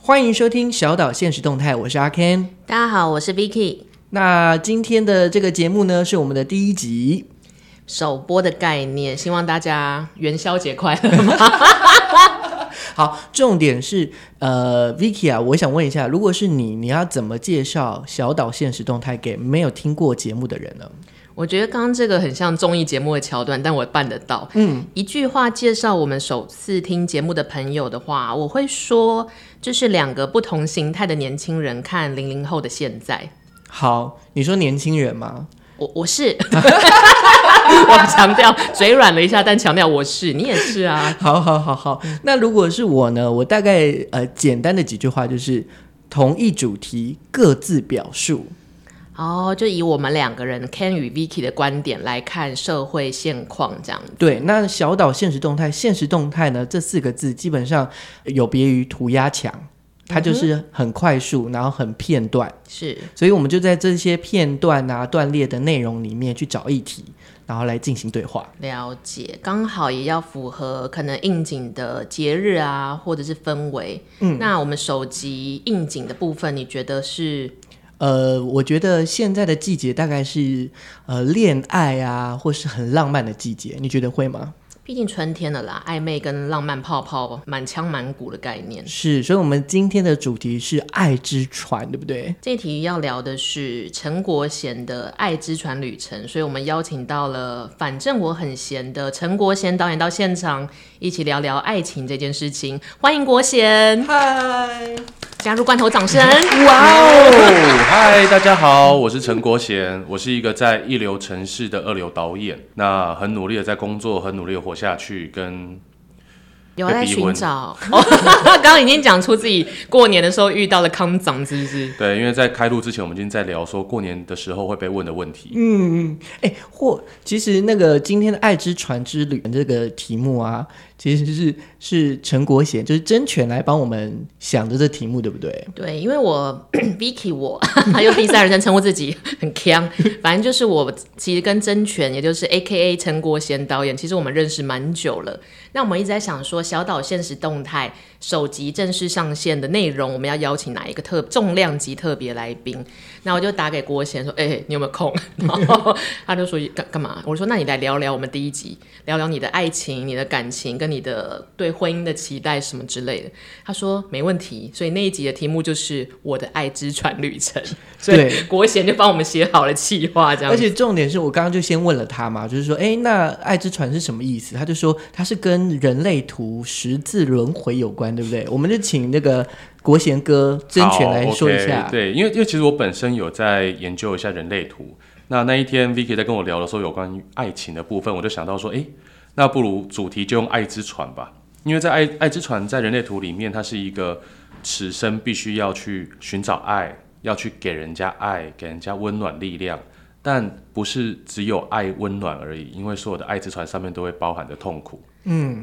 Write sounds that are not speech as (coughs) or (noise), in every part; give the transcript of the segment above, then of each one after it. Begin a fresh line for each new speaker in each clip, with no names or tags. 欢迎收听小岛现实动态，我是阿 Ken。
大家好，我是 Vicky。
那今天的这个节目呢，是我们的第一集。
首播的概念，希望大家元宵节快乐嘛
好，重点是呃，Vicky 啊，我想问一下，如果是你，你要怎么介绍小岛现实动态给没有听过节目的人呢？
我觉得刚刚这个很像综艺节目的桥段，但我办得到。嗯，一句话介绍我们首次听节目的朋友的话，我会说，这是两个不同形态的年轻人看零零后的现在。
好，你说年轻人吗？
我我是，我强调嘴软了一下，但强调我是，你也是啊。
(laughs) 好好好好，嗯那如果是我呢，我大概呃简单的几句话就是同一主题各自表述。
哦，就以我们两个人 Ken 与 Vicky 的观点来看社会现况，这样
对，那小岛现实动态，现实动态呢这四个字基本上有别于涂鸦墙，它就是很快速，然后很片段，
是。
所以我们就在这些片段啊断裂的内容里面去找议题，然后来进行对话。
了解，刚好也要符合可能应景的节日啊，或者是氛围。嗯，那我们首集应景的部分，你觉得是
呃，我觉得现在的季节大概是呃恋爱啊，或是很浪漫的季节，你觉得会吗？
毕竟春天了啦，暧昧跟浪漫泡泡满腔满谷的概念。
是，所以我们今天的主题是爱之船，对不对？
这一题要聊的是陈国贤的《爱之船旅程》，所以我们邀请到了“反正我很闲”的陈国贤导演到现场，一起聊聊爱情这件事情。欢迎国贤
嗨，
加入罐头掌声！
哇哦！
(laughs) 嗨，大家好，我是陈国贤，我是一个在一流城市的二流导演，那很努力的在工作，很努力的活下去，跟
有
被
在
逼
寻
婚
找，哦 (laughs) 刚刚已经讲出自己过年的时候遇到了康长，是不是？
对，因为在开录之前，我们已经在聊说过年的时候会被问的问题。
哎、或其实那个今天的《爱之船之旅》这个题目啊，其实是是陈国贤，就是真权来帮我们想的这题目，对不对？
对，因为我 (coughs) Vicky 我还有第三人称称呼自己很强，反正就是我其实跟真权，也就是 A K A 陈国贤导演，其实我们认识蛮久了。那我们一直在想说，小岛现实动态首集正式上线的内容，我们要邀请哪一个特重量级特别来宾？那我就打给郭贤说：“哎、你有没有空？” (laughs) 然后他就说：“干干嘛？”我说：“那你来聊聊我们第一集，聊聊你的爱情、你的感情跟你的对婚姻的期待什么之类的。”他说：“没问题。”所以那一集的题目就是“我的爱之船旅程”，所以
对
(laughs) 国贤就帮我们写好了企划，这样
而
子。
且重点是我刚刚就先问了他嘛，就是说，哎、那《爱之船》是什么意思？他就说它是跟人类图十字轮回有关，对不对？我们就请那个国贤哥真权来说一
好
下。
，OK，对，因为因为其实我本身有在研究一下人类图。那那一天 Vicky 在跟我聊的时候，有关于爱情的部分，我就想到说，诶，那不如主题就用爱之船吧，因为在爱爱之船在人类图里面，它是一个此生必须要去寻找爱，要去给人家爱，给人家温暖力量。但不是只有爱温暖而已，因为所有的爱之船上面都会包含着痛苦。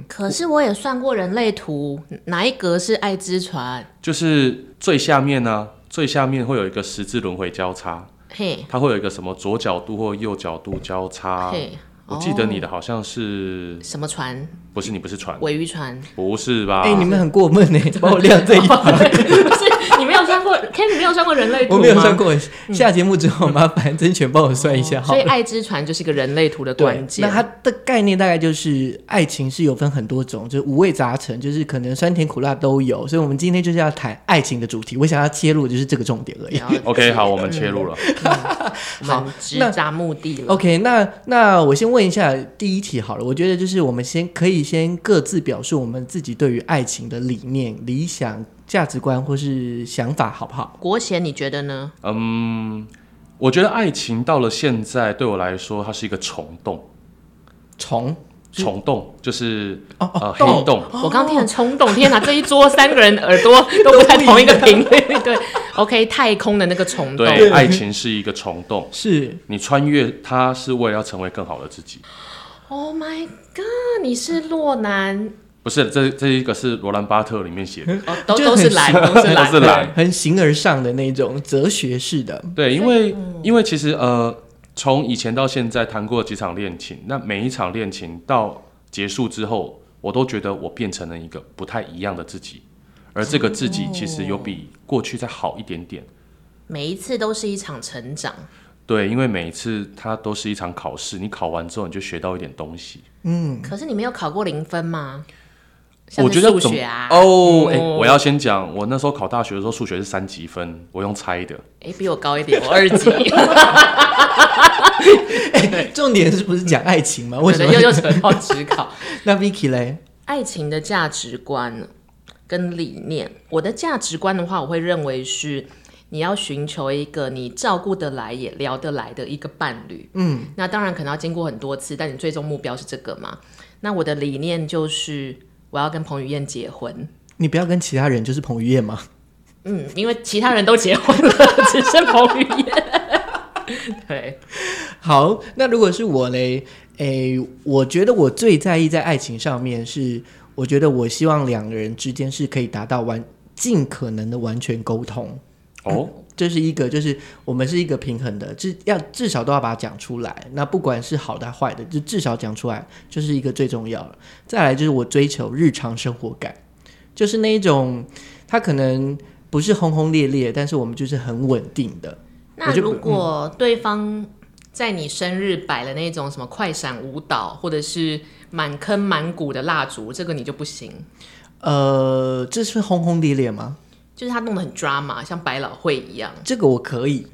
可是我也算过人类图，哪一格是爱之船？
就是最下面呢、最下面会有一个十字轮回交叉，
嘿，
它会有一个什么左角度或右角度交
啊
叉。
嘿，
我记得你的好像是
什么船？
不是你不是船，
尾鱼船？
不是吧？
哎、你们很过分呢、把我晾这一
(laughs) 不是，你没有算过，Ken，你没有算过人类
(laughs)
图
我
吗？
没有算过。下节目之后，麻烦真权帮我算一下好
所
了
以。爱之船就是一个人类图的
对
关键。
那它的概念大概就是，爱情是有分很多种，就是五味杂陈，就是可能酸甜苦辣都有。所以我们今天就是要谈爱情的主题，我想要切入的就是这个重点而已。
了解
OK，好，我们切入了。
我们直达目的了。
OK，那那我先问一下第一题好了，我觉得就是我们先可以先各自表述我们自己对于爱情的理念、理想、价值观或是想法，好不好？
国贤，你觉得呢？
哦
我觉得爱情到了现在，对我来说，它是一个虫洞，
虫
虫洞就是
哦哦
呃黑洞。
我刚听很冲动，天哪！这一桌三个人耳朵都
(laughs)
不在同一个频率。对，OK，太空的那个
嗯
虫洞。
对，爱情是一个虫洞，
是
你穿越它是为了要成为更好的自己。
Oh my god！你是洛南，
不是，这这一个是罗兰巴特里面写的，
哦，都
就
都是
很 (laughs)
蓝，都是蓝，
都是蓝
很形而上的那种哲学式的， (laughs)
对，因为
嗯
因为其实呃，从以前到现在谈过几场恋情，那每一场恋情到结束之后，我都觉得我变成了一个不太一样的自己，而这个自己
哦
其实有比过去再好一点点。
每一次都是一场成长。
对，因为每一次它都是一场考试，你考完之后你就学到一点东西。
嗯，
可是你没有考过零分吗？像
我
是
觉得
数
怎么
学啊，
哦，哎、
嗯
我要先讲，我那时候考大学的时候，数学是三级分，我用猜的。
哎，比我高一点，我二级，
哎重点是不是讲爱情吗？为什么
又？又扯到职考。
(laughs) 那 Vicky 嘞？
爱情的价值观跟理念，我的价值观的话，我会认为是你要寻求一个你照顾得来也聊得来的一个伴侣。嗯，那当然可能要经过很多次，但你最终目标是这个嘛？那我的理念就是我要跟彭于晏结婚。
你不要跟其他人就是彭于晏吗？
嗯，因为其他人都结婚了，只剩彭于晏。 (laughs) 对，
(laughs) 好，那如果是我嘞，诶、我觉得我最在意在爱情上面是，我觉得我希望两个人之间是可以达到完尽可能的完全沟通。
哦，
这是一个，就是我们是一个平衡的，至要至少都要把它讲出来。那不管是好的坏的，就至少讲出来，就是一个最重要的。再来就是我追求日常生活感，就是那一种，他可能不是轰轰烈烈，但是我们就是很稳定的。我
那
就
如果对方在你生日摆了那种什么快闪舞蹈，或者是满坑满谷的蜡烛，这个你就不行，
呃，这是轰轰烈烈吗？
就是他弄得很 drama，像百老汇一样。
这个我可以，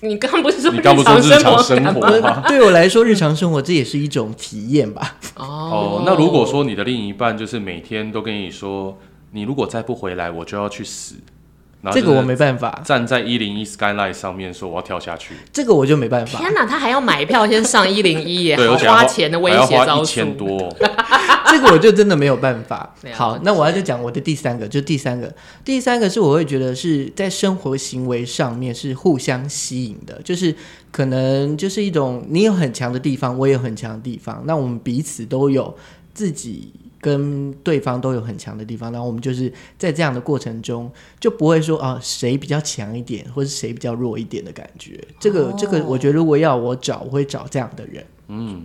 你刚不是说
你刚不说日常
生
生
活
活
感吗
吗？
对我来说，日常生活这也是一种体验吧。
哦
哦，那如果说你的另一半就是每天都跟你说，你如果再不回来，我就要去死，然后
这
就
个
是
我没办法，
站在一零一 Skyline 上面说我要跳下去，
这个我就没办法。
天哪，他还要买票先上一零一耶，
对，
好
而且还
花钱的威
还要
胁
花
招
一
数
千。多，
(laughs) 这个我就真的没有办法
了解。
好，那我要就讲我的第三个，就第三个，第三个是我会觉得是在生活行为上面是互相吸引的，就是可能就是一种你有很强的地方，我也有很强的地方，那我们彼此都有自己。跟对方都有很强的地方，然后我们就是在这样的过程中，就不会说啊谁比较强一点，或是谁比较弱一点的感觉。这个、这个，我觉得如果要我找，我会找这样的人。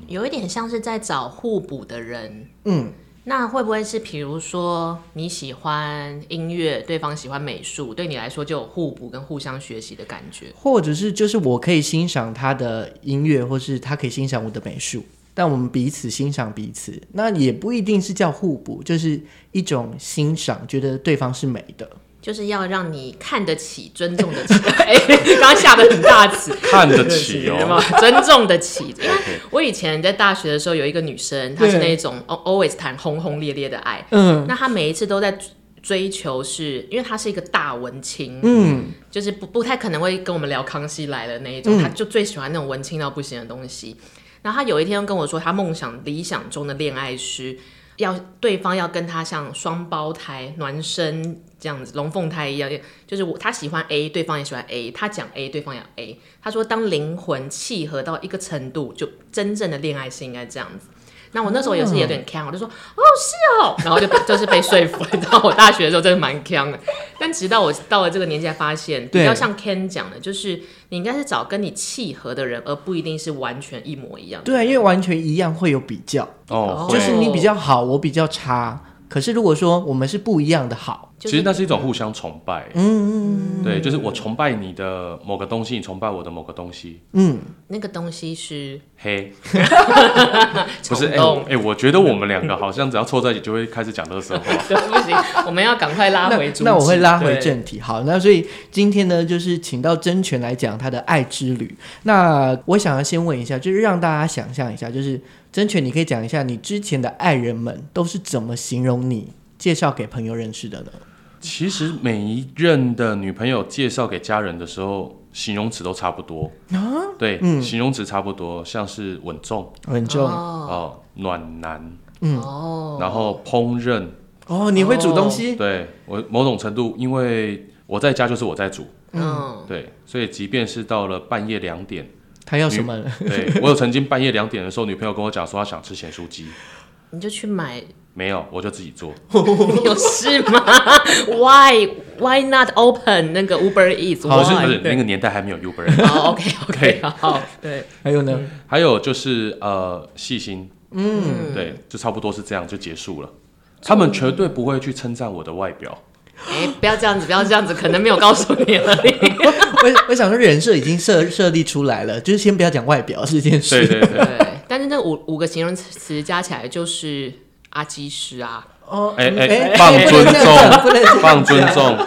有一点像是在找互补的人。
嗯，
那会不会是比如说你喜欢音乐，对方喜欢美术，对你来说就有互补跟互相学习的感觉？
或者是就是我可以欣赏他的音乐，或是他可以欣赏我的美术，但我们彼此欣赏彼此，那也不一定是叫互补，就是一种欣赏，觉得对方是美的。
就是要让你看得起、尊重得起。哎、 (laughs) 刚刚下的很大词，
看得起
对
哦。
吗？尊重得起。因为
OK
我以前在大学的时候有一个女生，她是
对
那种哦 always 谈轰轰烈烈的爱，
嗯
那她每一次都在追求是，因为她是一个大文青，
嗯，
就是不不太可能会跟我们聊《康熙来了》那一种，他就最喜欢那种文青到不行的东西。然后他有一天跟我说，他梦想理想中的恋爱是要对方要跟他像双胞胎孪生这样子，龙凤胎一样，就是我他喜欢 A，对方也喜欢 A，他讲 A，对方也 A。他说，当灵魂契合到一个程度，就真正的恋爱是应该这样子。那我那时候也是有
嗯
点呛，我就说哦是哦， (laughs) 然后就被就是被说服。你知道，我大学的时候真的蛮呛的，但直到我到了这个年纪才发现，比
对
较像 Ken 讲的，就是你应该是找跟你契合的人，而不一定是完全一模一样的。
对啊，因为完全一样会有比较，
哦，
对
就是
会。
你比较好，我比较差。可是如果说我们是不一样的好，
就
其实
是
那是一种互相崇拜，
嗯
对，就是我崇拜你的某个东西，你崇拜我的某个东西。
嗯，
那个东西是 (laughs)
嘿，不是
冲
哎
动
我哎，我觉得我们两个好像只要凑在一起就会开始讲乐色话。
对不行，我们要赶快拉
那
回主
那我
旨
会拉回
对
正题。好，那所以今天呢，就是请到真权来讲他的爱之旅。那我想要先问一下，就是让大家想象一下，就是真权，你可以讲一下你之前的爱人们都是怎么形容你，介绍给朋友认识的呢？
其实每一任的女朋友介绍给家人的时候，形容词都差不多。对，形容词差不多，像是稳重
稳重哦
哦、
哦
暖男，
哦，
然后烹饪。
哦你会煮东西，
哦对我某种程度，因为我在家就是我在煮，
嗯，
对，所以即便是到了半夜两点，
他要什么？
对我有曾经半夜两点的时候，女朋友跟我讲说她想吃咸酥鸡，
你就去买，
没有，我就自己做。
有事吗 (laughs) ？Why why not open 那个 Uber Eats？
不是不
Why？
是，那个年代还没有 Uber，
哦，OK
(laughs)
OK，好，对，
(laughs) 还有呢？ (laughs)
还有就是呃细心，嗯，对，就差不多是这样就结束了。他们绝对不会去称赞我的外表，
哎、不要这样子，不要这样子，可能没有告诉你而
(laughs)
已。
我我想说人设已经设设立出来了，就是先不要讲外表是一件事。
对对
(laughs)
对，
对，但是那五五个形容词加起来就是阿基师
(laughs)
啊
哦，
哎哎
哎
放
哎不能这样
尊重
讲不能这样讲
放尊重，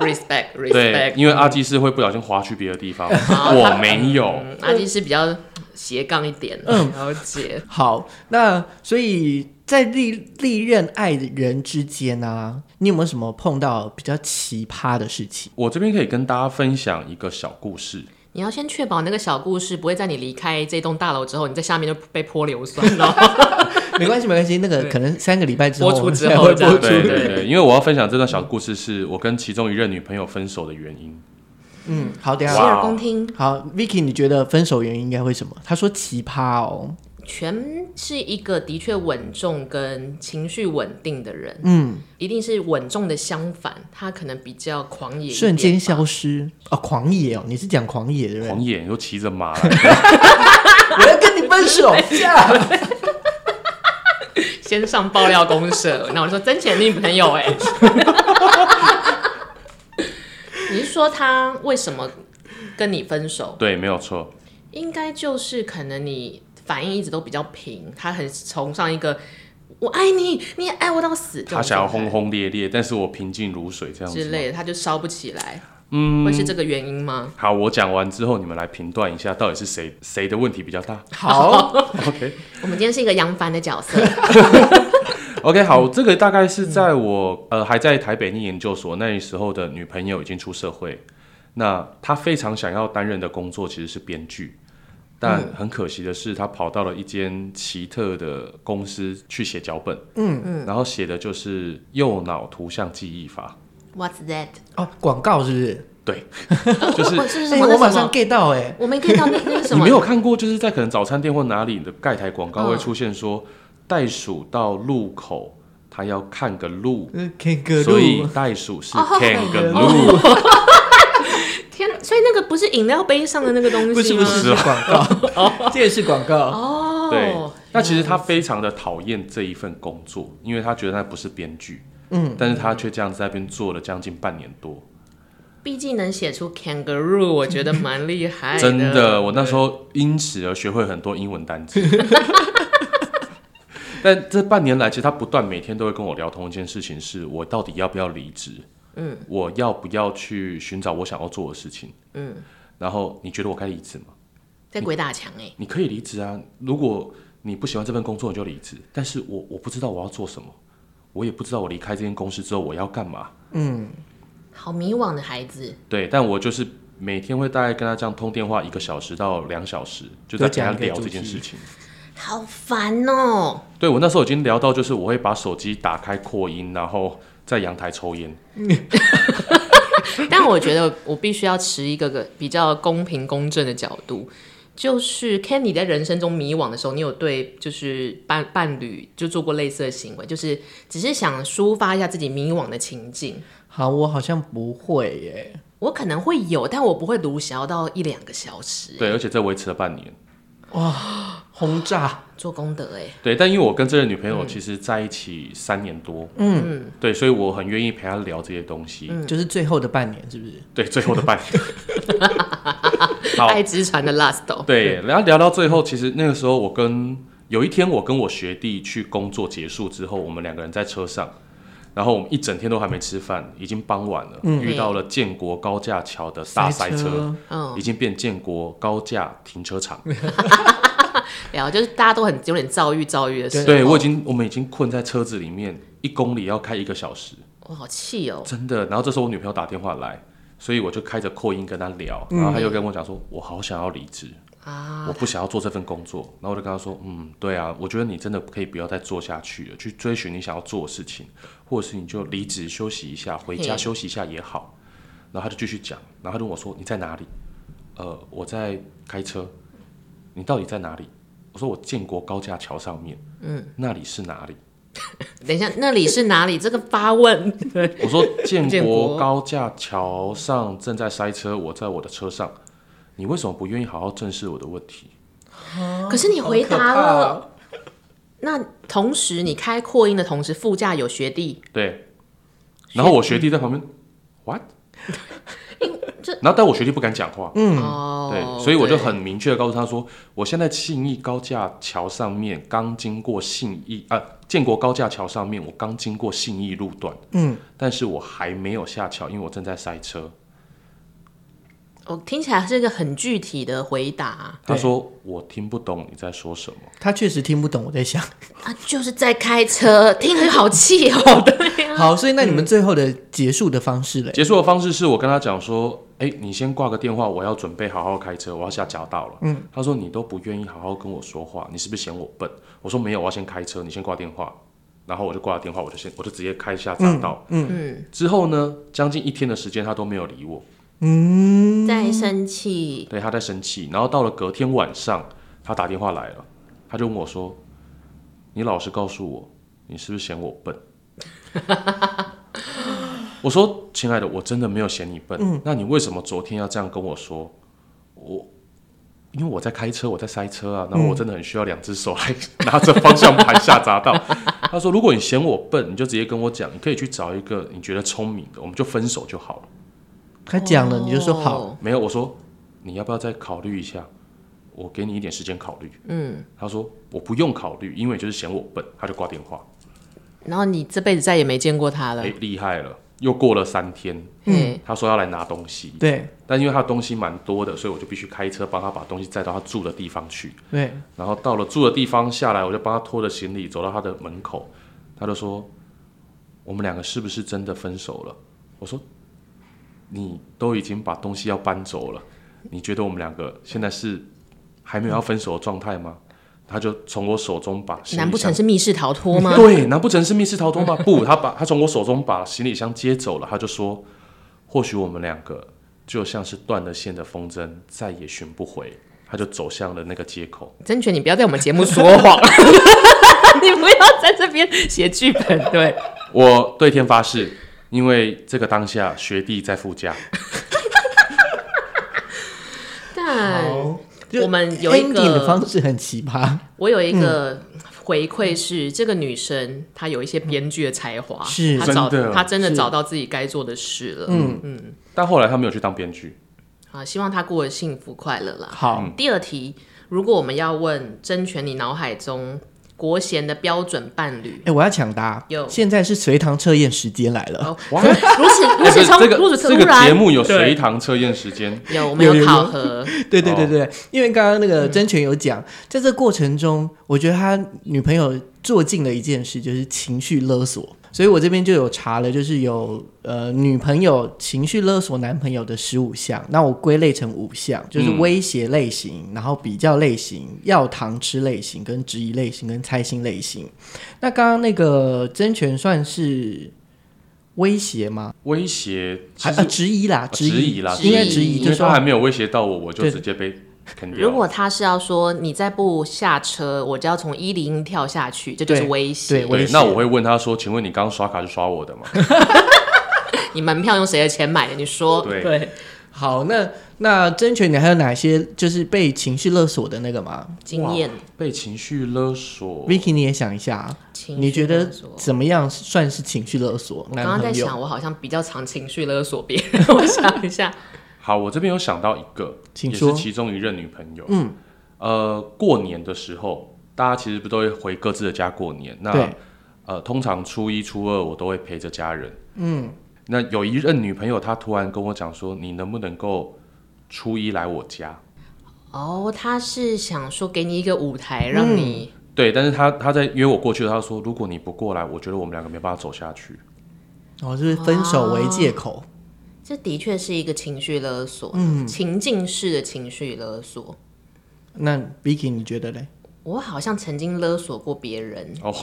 ，respect
对，
respect。
因为阿基师会不小心滑去别的地方，
好
我没有，
嗯，阿基师比较斜杠一点，
嗯
了解。
好，那所以在历历任爱人之间啊，你有没有什么碰到比较奇葩的事
(laughs)
情？
我这边可以跟大家分享一个小故事。
你要先确保那个小故事不会在你离开这栋大楼之后，你在下面就被泼硫酸
(laughs) 哦
了。
没关系，没关系，那个
对
可能三个礼拜之后
播出
我们
之
才
后
会
这样
播出。
对对对，因为我要分享这段小故事，是我跟其中一任女朋友分手的原因。
(laughs) 嗯，好，等一
洗
下。
哇
耳恭听，
好，Vicky，你觉得分手原因应该会什么？他说奇葩哦，
全是一个的确稳重跟情绪稳定的人，
嗯，
一定是稳重的相反，他可能比较狂野一点吧，
瞬间消失哦，狂野哦，你是讲狂野对不对？
狂野，你都骑着马来，
我要跟你分手，呀
(laughs) 先上爆料公社， (laughs) 然后我就说真前女朋友哎、 (laughs) 你是说他为什么跟你分手？
对，没有
(laughs)
错，
应该就是可能你反应一直都比较平，他很崇尚一个我爱你，你也爱我到死，
他想要
这种
轰
状
轰烈烈，但是我平静如水这
态
样
之
子。
类的，他就烧不起来，
嗯，
会是这个原因吗？
好，我讲完之后，你们来评断一下，到底是谁谁的问题比较大
好，
？OK
我们今天是一个杨凡的角
(laughs)
色，
OK，好，这个大概是在我呃还在台北念研究所那时候的女朋友已经出社会，那她非常想要担任的工作其实是编剧，但很可惜的是，她跑到了一间奇特的公司去写脚本，
嗯
嗯，然后写的就是右脑图像记忆法，
What's that？
哦，广告是不是？
对，
就
就是
是是什
哎、
么？
我
那
马
什么
上 get 到哎、
我没看到那那是什
你
么
没？有看过，就是在可能早餐店或哪里的盖台广告
嗯
会出现说，袋鼠到路口，它要看个路，
嗯，kangaroo，
所以袋鼠是
哦
can 个路
哦，
天，所以那个不是饮料杯上的那个东西吗？
不是不是是广
(laughs)
告，这也是广告。
哦，
对。那其实他非常的讨厌这一份工作，因为他觉得他不是编剧，
嗯，
但是他却这样子在那边做了将近半年多，
毕竟能写出 kangaroo，我觉得蛮厉害
真
的，
的，我那时候因此而学会很多英文单词。 (laughs) 但这半年来，其实他不断每天都会跟我聊同一件事情：是我到底要不要离职？嗯，我要不要去寻找我想要做的事情？嗯，然后你觉得我该离职吗？
在鬼打墙哎、
你可以离职啊，如果你不喜欢这份工作，你就离职。但是我我不知道我要做什么，我也不知道我离开这间公司之后我要干嘛。
好迷惘的孩子，
对，但我就是每天会大概跟他这样通电话一个小时到两小时，就在
就
跟他
讲一个
聊
主
这件
题
事情。
好烦哦、
对我那时候已经聊到，就是我会把手机打开扩音，然后在阳台抽烟。
但我觉得我必须要持一个个比较公平公正的角度，就是 Ken，你在人生中迷惘的时候，你有对就是伴伴侣就做过类似的行为，就是只是想抒发一下自己迷惘的情境。
好，我好像不会耶。
我可能会有，但我不会卢小到一两个小时、欸
对，而且这维持了半年。
轰炸，
做功德哎、
对，但因为我跟这个女朋友其实在一起三年多，嗯，对，所以我很愿意陪她聊这些东西。
就是最后的半年，是不是？
对，最后的半年。好，
爱之船的 last 哦
对，然后聊到最后，其实那个时候我跟有一天我跟我学弟去工作结束之后，我们两个人在车上，然后我们一整天都还没吃饭，已经傍晚了，遇到了建国高架桥的大嗯塞车，
车，
嗯，
已经变建国高架停车场。
然后就是大家都很有点躁郁躁郁的时候，
对我已哦经我们已经困在车子里面，一公里要开一个小时，
我好气哦，
真的。然后这时候我女朋友打电话来。所以我就开着扩音跟她聊，然后她又跟我讲说，我好想要离职，
啊，
我不想要做这份工作，然后我就跟他说，嗯，对啊，我觉得你真的可以不要再做下去了，去追寻你想要做的事情，或者是你就离职休息一下，回家
嗯
休息一下也好。然后他就继续讲，然后他就问我说，你在哪里？呃，我在开车。你到底在哪里？我说我建国高架桥上面。嗯，那里是哪里？
等一下，那里是哪里？这个
(laughs)
发问，
我说建
建
国
国
高架桥上正在塞车，我在我的车上。你为什么不愿意好好正视我的问题？
可是你回答
好可怕。
了
哦
那同时，你开扩音的同时，副驾有学弟，
对，然后我学弟在旁
嗯
边，what？然后但我学弟不敢讲话，
嗯
哦，
对，所以我就很明确的告诉他说，我现在信义高架桥上面刚经过信义啊，建国高架桥上面我刚经过信义路段，
嗯，
但是我还没有下桥，因为我正在塞车。
我听起来是一个很具体的回答啊，
他
对
说我听不懂你在说什么，
他确实听不懂我在想。
啊就是在开车，听了就好气哦。 (laughs) 对呀、
好，所以那你们最后的结束的方式嘞？
结束的方式是我跟他讲说，哎、你先挂个电话，我要准备好好开车，我要下夹道了。嗯，他说你都不愿意好好跟我说话，你是不是嫌我笨？我说没有，我要先开车，你先挂电话。然后我就挂了电话，我就先我就直接开下匝道。
嗯，
之后呢，将近一天的时间他都没有理我，
在生气，
对，他在生气。然后到了隔天晚上，他打电话来了，他就问我说：“你老实告诉我，你是不是嫌我笨？” (laughs) 我说：“亲爱的，我真的没有嫌你笨。那你为什么昨天要这样跟我说？我因为我在开车，我在塞车啊，然后我真的很需要两只手来拿着方向盘下匝道。 (laughs) 他说：“如果你嫌我笨，你就直接跟我讲，你可以去找一个你觉得聪明的，我们就分手就好了。”
他讲了，你就说好。
哦，
没有，我说你要不要再考虑一下？我给你一点时间考虑。嗯，他说我不用考虑，因为就是嫌我笨，他就挂电话。
然后你这辈子再也没见过他了
哎、。厉害了！又过了三天，
嗯，
他说要来拿东西，
对
但因为他的东西蛮多的，所以我就必须开车帮他把东西载到他住的地方去。
对，
然后到了住的地方下来，我就帮他拖着行李走到他的门口，他就说：“我们两个是不是真的分手了？”我说：“你都已经把东西要搬走了，你觉得我们两个现在是还没有要分手的状态吗？”他就从我手中把行李箱
难不成是密室逃脱吗？
对，难不成是密室逃脱吗？ (laughs) 不，他把他从我手中把行李箱接走了，他就说：“或许我们两个就像是断了线的风筝，再也寻不回。”他就走向了那个街口。
甄权，你不要在我们节目说 (laughs) 谎，你不要在这边写剧本。对，
我对天发誓，因为这个当下学弟在副驾，
但
好，
哎我们有一
ending
个
的方式很奇葩，
我有一个回馈是，这个女生她有一些编剧的才华，
是
她找
真的
她真的
是
找到自己该做的事了。
嗯
嗯
但后来他没有去当编剧。
啊，希望她过得幸福快乐啦。
好，
第二题，如果我们要问甄权，你脑海中国贤的标准伴侣 (laughs)
哎、，我要抢答
有。
现在是随堂测验时间来了，
哦，
哇
如此
哎
如
不
此
是
冲
这个
如此
这
突
个
然，
节目有
对
随堂测验时间，
有我们
有有有
有考核，
对对
哦
对对，因为刚刚那
嗯
个甄权有讲，在这过程中，我觉得他女朋友做尽了一件事，就是情绪勒索。所以我这边就有查了，就是有呃女朋友情绪勒索男朋友的十五项，那我归类成五项，就是
嗯
威胁类型，然后比较类型、要糖吃类型、跟质疑类型、跟猜心类型。那刚刚那个甄权算是威胁吗？
威胁
还
其
啊
实
质疑啦，
质疑啦，
应该
质
质
疑
疑，
因
就
为
说
他还没有威胁到我，我就
对
直接被坑掉。
如果他是要说你再不下车，我就要从一零跳下去，这就是
对
威胁
对。威
对，
胁
那我会问他说：“请问你刚刚刷卡是刷我的吗
你门票用谁的钱买的？你？”说，
对，
对，好，那那甄权，你还有哪些就是被情绪勒索的那个吗
经验。
被情绪勒索。
？Vicky，你也想一下啊，
情绪
你觉得
勒索
怎么样算是情绪勒索？
我
男
刚刚在
朋友
想，我好像比较常情绪勒索别人。 (laughs) 我想一下，
好，我这边有想到一个，
请
也
说
是其中一任女朋友。嗯，呃，过年的时候，大家其实不都会回各自的家过年？那
对，
呃，通常初一、初二我都会陪着家人。嗯，那有一任女朋友，她突然跟我讲说：“你能不能够初一来我家
哦，他是想说给你一个舞台，让你、？”
嗯
对，但是她她在约我过去，她说：“如果你不过来，我觉得我们两个没办法走下去。
哦，就是分手为借
啊
口，
这的确是一个情绪勒索，
嗯
情境式的情绪勒索。
那 Vicky 你觉得嘞？
我好像曾经勒索过别人，”
哦，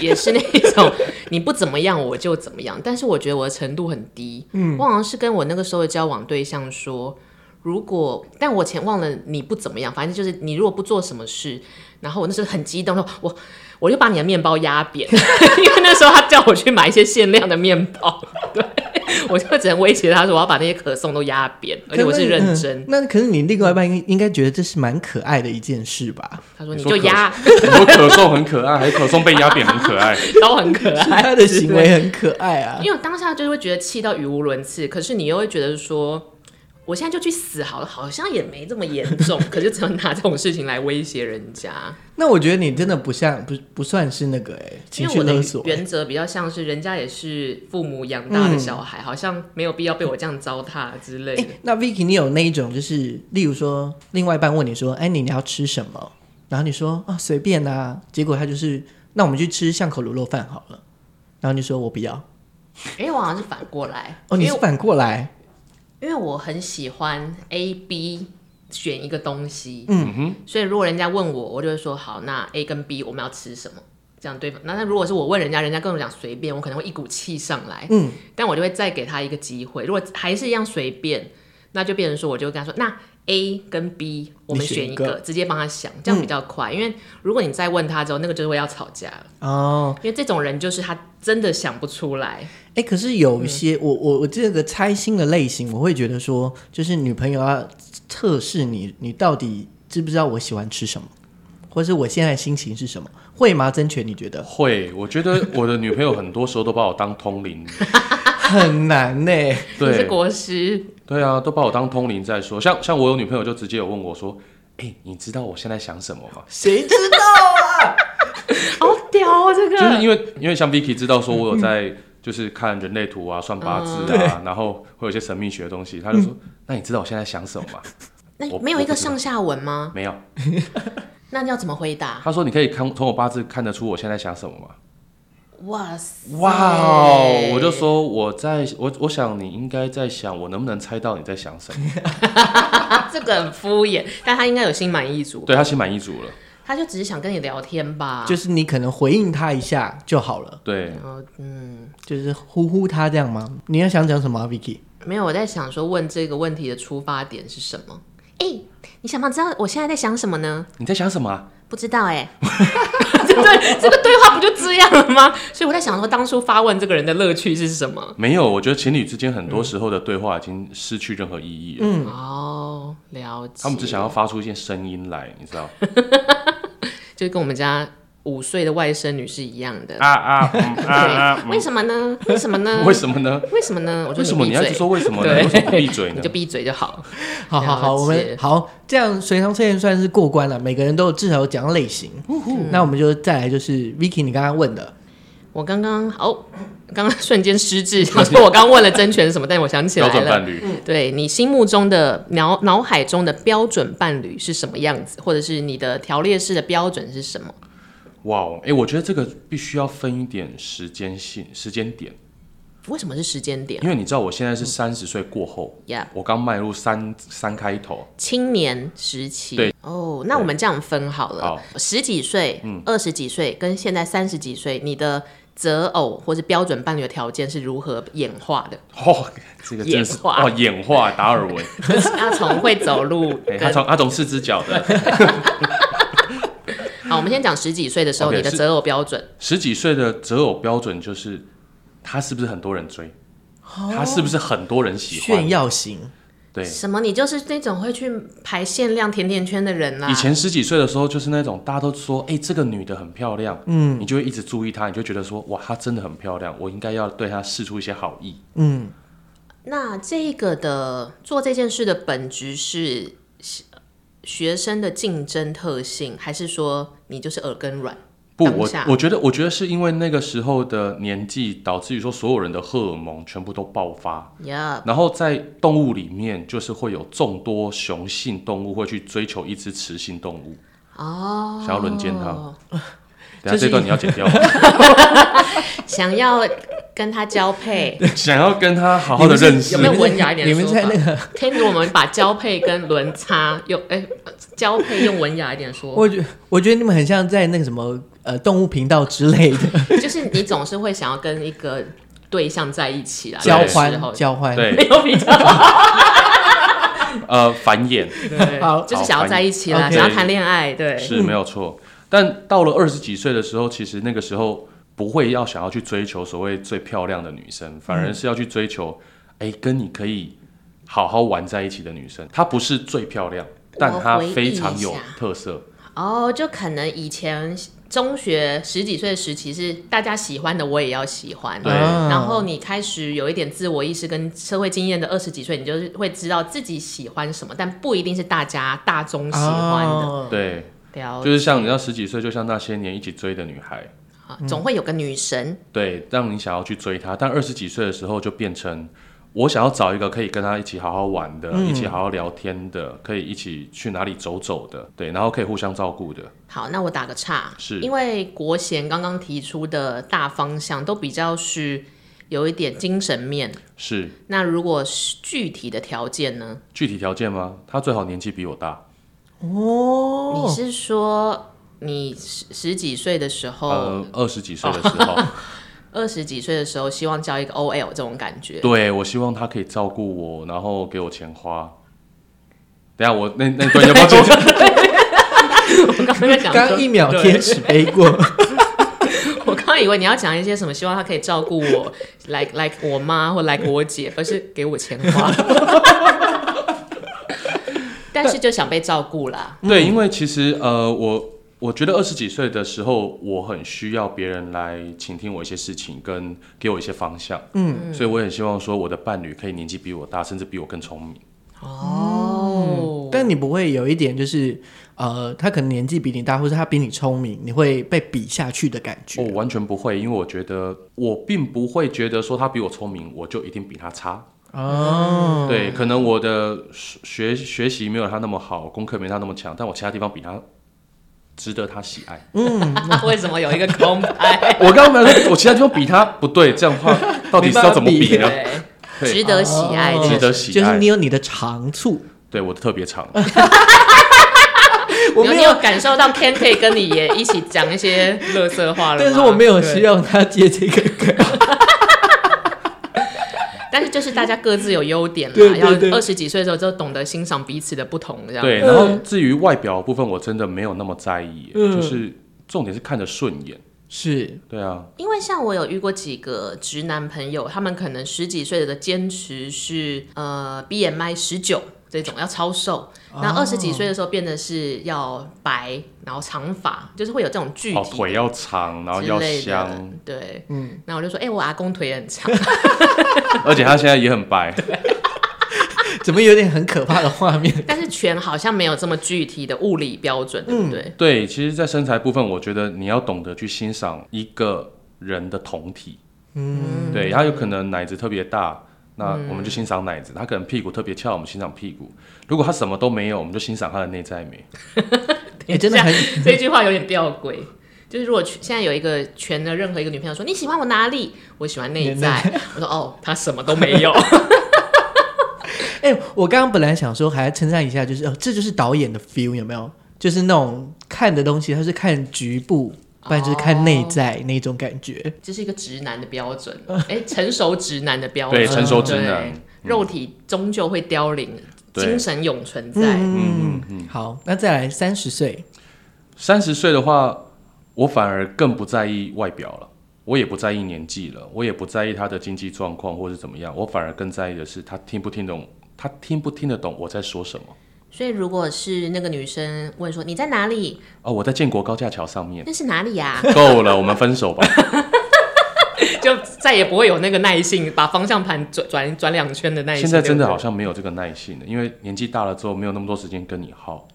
也是那一种你不怎么样我就怎么样，但是我觉得我的程度很低。嗯，我好像是跟我那个时候的交往对象说，如果但我前忘了你不怎么样，反正就是你如果不做什么事，然后我那时候很激动，说我我 (laughs) 就把你的面包压扁，因为那时候他叫我去买一些限量的面包，对，我就只能威胁他说我要把那些可颂都压扁，而且我是认真。
嗯那可是你另外一半应应该觉得这是蛮可爱的一件事
(laughs)
吧？
他说
你
你
说
就
可
压，
你说可颂很可爱，还是可颂被压扁很可爱？
都很可
是
爱。
他的行为很可爱啊。
因为我当下就会觉得气到语无伦次，可是你又会觉得说，我现在就去死好了，好像也没这么严重， (laughs) 可是只能拿这种事情来威胁人家。
那我觉得你真的不像不不算是那个哎、
因
情
为
绪
我的
勒索、嗯
原则比较像是人家也是父母养大的小孩，好像没有必要被我这样糟蹋之类的。
诶那 Vicky，你有那一种就是，例如说，另外一半问你说：“哎、你你要吃什么？”然后你说：“啊，随便啊。”结果他就是：“那我们去吃巷口卤肉饭好了。”然后你说：“我不要。
因为我好像是反过来”，
哦，你
因
是
为
反过来，
因为我很喜欢 A B 选一个东西，嗯哼，所以如果人家问我，我就会说好，那 A 跟 B 我们要吃什么？这样对方。那那如果是我问人家，人家跟我讲随便，我可能会一股气上来，
嗯，
但我就会再给他一个机会。如果还是一样随便，那就变成说，我就跟他说，那 A 跟 B 我们
你选
选
一
一
个
个，直接帮他想，这样比较快。因为如果你再问他之后，那个就是会要吵架了，
哦，
因为这种人就是他真的想不出来，
哎、可是有
嗯
一些、我我我这个猜心的类型，我会觉得说，就是女朋友要测试你，你到底知不知道我喜欢吃什么，或是我现在心情是什么？会吗？真权，你觉得
会，我觉得我的女朋友很多时候都把我当通灵，
很难呢、
你是
对
国师，
对啊，都把我当通灵在说。像像我有女朋友就直接有问我说：“哎、你知道我现在想什么吗？”
谁知道啊？
好屌哦，这个
就是因为因为像 Vicky 知道说我有在就是看人类图啊、算八字啊，然后会有一些神秘学的东西，他就说：“那你知道我现在想什么吗
那
我
没有一
我
个
不知道
上下文？”吗？
没有，
那你要怎么回答？
他说：“你可以看从我八字看得出我现在想什么吗
哇塞！”
哇哦，我就说我在我我想你应该在想我能不能猜到你在想什 (laughs) 么。
啊，这个很敷衍，但他应该有心满意足，
对他心满意足了，
他就只是想跟你聊天吧。
就是你可能回应他一下就好了，
对。
呃嗯，
就是呼呼他这样吗？你要想讲什么、啊、，Vicky？
没有，我在想说问这个问题的出发点是什么？哎、你想不想知道我现在在想什么呢？
你在想什么、啊？
不知道哎、 (laughs) 对，这个对话不就这样了吗？所以我在想说，当初发问这个人的乐趣是什么？
没有，我觉得情侣之间很多时候的对话已经失去任何意义了。
哦，了解。
嗯他们只想要发出一些声音来，你知道？
就跟我们家五岁的外甥女是一样的。
啊啊嗯啊
(laughs)
啊！
对，为什么呢？为什么呢？
(laughs) 为什么呢？
为什么呢？我就
为什么你要一
闭嘴，
直说为什么呢？
对
为什么不闭嘴
(laughs) 你
呢
就？闭嘴就好。
好好好，
了解
我们好这样随堂测验算是过关了，每个人都有至少有讲类型。那我们就再来就是 Vicky，你刚刚问的，
我刚刚哦，刚刚瞬间失
(laughs)
智，想说我刚问了真权什么，但我想起
标
来
准
了。嗯
伴侣，
对你心目中的脑脑海中的标准伴侣是什么样子，或者是你的条列式的标准是什么？
哇哦！哎，我觉得这个必须要分一点时间性、时间点，
为什么是时间点？
因为你知道我现在
嗯
是三十岁过后，
呀、
我刚迈入三三开头，
青年时期。
对
哦，那我们这样分好了，
好嗯
十几岁、二十几岁跟现在三十几岁，你的择偶或是标准伴侣的条件是如何演化
(laughs)
的？
哦，这个真的是
演化
哦，演化达
(laughs)
尔文，
就是要从会走路
哎，他
跟
从他从四只脚
(laughs)
的
好，我们先讲十几岁的时候
OK，
你的
是
择偶标准。
十几岁的择偶标准就是他是不是很多人追，
哦
他是不是很多人喜欢
炫？耀型，
对，
什么？你就是那种会去排限量甜甜圈的人啊啦、
以前十几岁的时候，就是那种大家都说，哎、这个女的很漂亮，嗯，你就会一直注意她，你就觉得说，哇，她真的很漂亮，我应该要对她示出一些好意。
嗯，
那这个的做这件事的本质是学学生的竞争特性，还是说你就是耳根软？
不，
当
我
下
我觉得，我觉得是因为那个时候的年纪，导致于说所有人的荷尔蒙全部都爆发，
呀、
然后在动物里面，就是会有众多雄性动物会去追求一只雌性动物，
哦，
想要轮奸他。等
这
下
是
这段你要
(laughs)
剪掉，
想要跟他交
(laughs)
配，
想要跟他好好的认识
有没，有文雅一点
你
的
们
说
在
法
那个，
可以给我们把交配跟轮差用哎、交配用文雅一点说，
我觉我觉得你们很像在那个什么呃动物频道之类的
就是你总是会想要跟一个对象在一起啦，
交
有时候
换交换，
对
没有比较好，
呃，繁衍。
好
就是想要在一起
好
啦，
，OK
想要谈恋爱，对，
是没有错。但到了二十几岁的时候，其实那个时候不会要想要去追求所谓最漂亮的女生，反
嗯
而是要去追求，哎、跟你可以好好玩在一起的女生。她不是最漂亮，但她非常有
我回忆一下
特色。
哦，就可能以前中学十几岁时期是大家喜欢的，我也要喜欢。
对
啊
然后你开始有一点自我意识跟社会经验的二十几岁，你就是会知道自己喜欢什么，但不一定是大家大众喜欢的。
哦
对，
了
就是像你要十几岁，就像那些年一起追的女孩，
啊总会有个女神，
对，让你想要去追她。但二十几岁的时候就变成，我想要找一个可以跟她一起好好玩的，
嗯
一起好好聊天的，可以一起去哪里走走的，对，然后可以互相照顾的。
好，那我打个岔，
是
因为国贤刚刚提出的大方向都比较是有一点精神面。
是
那如果是具体的条件呢？
具体条件吗？她最好年纪比我大，
你是说你十十几岁的时候，
呃，二十几岁的时候，
二十、几岁的时候，希望交一个 OL 这种感觉？
(laughs) 对我希望她可以照顾我，然后给我钱花。等一下我那那段要不要 (laughs) 剪掉？
我刚刚在讲
刚
说，
一秒天使飞
(laughs)
过，
我刚刚以为你要讲一些什么，希望他可以照顾我，like like 我妈或 like 我姐，而是给我钱花。但是就想被照顾啦，
对，因为其实呃，我我觉得二十几岁的时候，我很需要别人来倾听我一些事情，跟给我一些方向。嗯，所以我很希望说，我的伴侣可以年纪比我大，甚至比我更聪明。
哦，
但你不会有一点就是，呃，他可能年纪比你大，或者他比你聪明，你会被比下去的感觉
我。完全不会，因为我觉得我并不会觉得说他比我聪明，我就一定比他差。
哦，
对，可能我的学学习没有他那么好，功课没他那么强，但我其他地方比他值得他喜
(laughs)
爱。
嗯为什么有一个空白？
我刚刚没有说，我其他地方比他不对，这样
(laughs)
的话到底是要怎么比呢？
对，
(laughs) 对
值得喜爱，
哦
这
值
个
得
是
喜爱，
就是你有你的长处，
对我的特别长，
嗯
我
有
没
你
有
有感受到 Ken 可以跟你也一起讲一些乐色话了吗，
但是我没有
对
希望他接这个
(laughs)
梗。
但是就是大家各自有优点
对
啦，
对
要
对
二十几岁的时候就懂得欣赏彼此的不同，这样
对。
嗯
然后至于外表的部分，我真的没有那么在意，
嗯
就是重点是看着顺眼。
是，
对啊，
因为像我有遇过几个直男朋友，他们可能十几岁的坚持是呃 BMI 十九这种要超瘦，那
哦
二十几岁的时候变得是要白，然后长发，就是会有这种具
哦，
体
腿要长，然后
之
要
类的
香，，
对，嗯，那我就说，哎、我阿公腿也很长，
而且他现在也很白。
怎么有点很可怕的画面？
但是全好像没有这么具体的物理标准，对不对？ (laughs)
对，其实，在身材部分，我觉得你要懂得去欣赏一个人的酮体。嗯，对，他有可能奶子特别大，那我们就欣赏奶子；他可能屁股特别翘，我们欣赏屁股。如果他什么都没有，我们就欣赏他的内在美。
哎，真的很，
这句话有点吊诡。就是如果全现在有一个全的任何一个女朋友说你喜欢我哪里，我喜欢内在，我说哦，她什么都没有， (laughs)
哎、我刚刚本来想说还要称赞一下，就是哦，这就是导演的 feel 有没有？就是那种看的东西，他是看局部，不然就是看内在那种感觉。
这是一个直男的标准，哎，成熟直男的标准，
对，成熟直男嗯
对，肉体终究会凋零，
对
精神永存在。
嗯嗯嗯。好，那再来三十岁， (laughs)
三十岁的话，我反而更不在意外表了，我也不在意年纪了，我也不在意他的经济状况或是怎么样，我反而更在意的是他听不听懂，他听不听得懂我在说什么。
所以如果是那个女生问说你在哪里，
哦，我在建国高架桥上面。
那是哪里呀、 (laughs)
够了，我们分手吧。
就再也不会有那个耐性把方向盘转转转两圈的耐性。
现在真的
对不对
好像没有这个耐性了，因为年纪大了之后没有那么多时间跟你耗。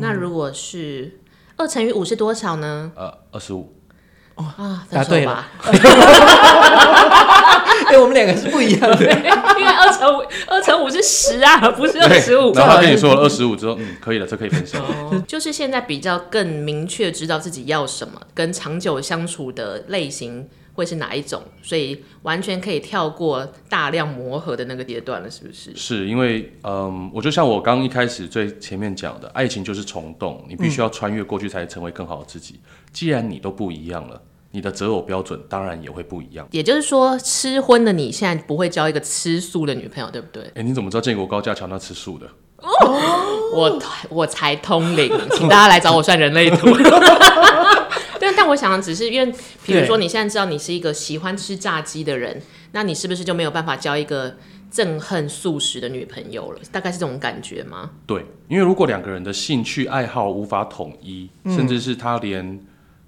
那如果是二乘以五是多少呢？
呃，二十五，
啊，分
答
手
对了
吧，
哎、我们两个是不一样的。
(laughs) 因为二乘五二乘五是十
(laughs)
啊，不是二十五。
然后他跟你说了二十五之后，嗯，可以了，这可以分手。
哦就是现在比较更明确知道自己要什么，跟长久相处的类型会是哪一种，所以完全可以跳过大量磨合的那个阶段了，是不是？
是因为，嗯，我就像我刚一开始最前面讲的，爱情就是冲动，你必须要穿越过去才成为更好的自己。既然你都不一样了，你的择偶标准当然也会不一样。
也就是说，吃荤的你现在不会交一个吃素的女朋友，对不对？
哎、你怎么知道建国高架桥那吃素的？
我我才通灵，请大家来找我算人类图。但 (laughs) 但我想，只是因为，比如
对
说你现在知道你是一个喜欢吃炸鸡的人，那你是不是就没有办法交一个憎恨素食的女朋友了？大概是这种感觉吗？
对，因为如果两个人的兴趣爱好无法统一，甚至是他连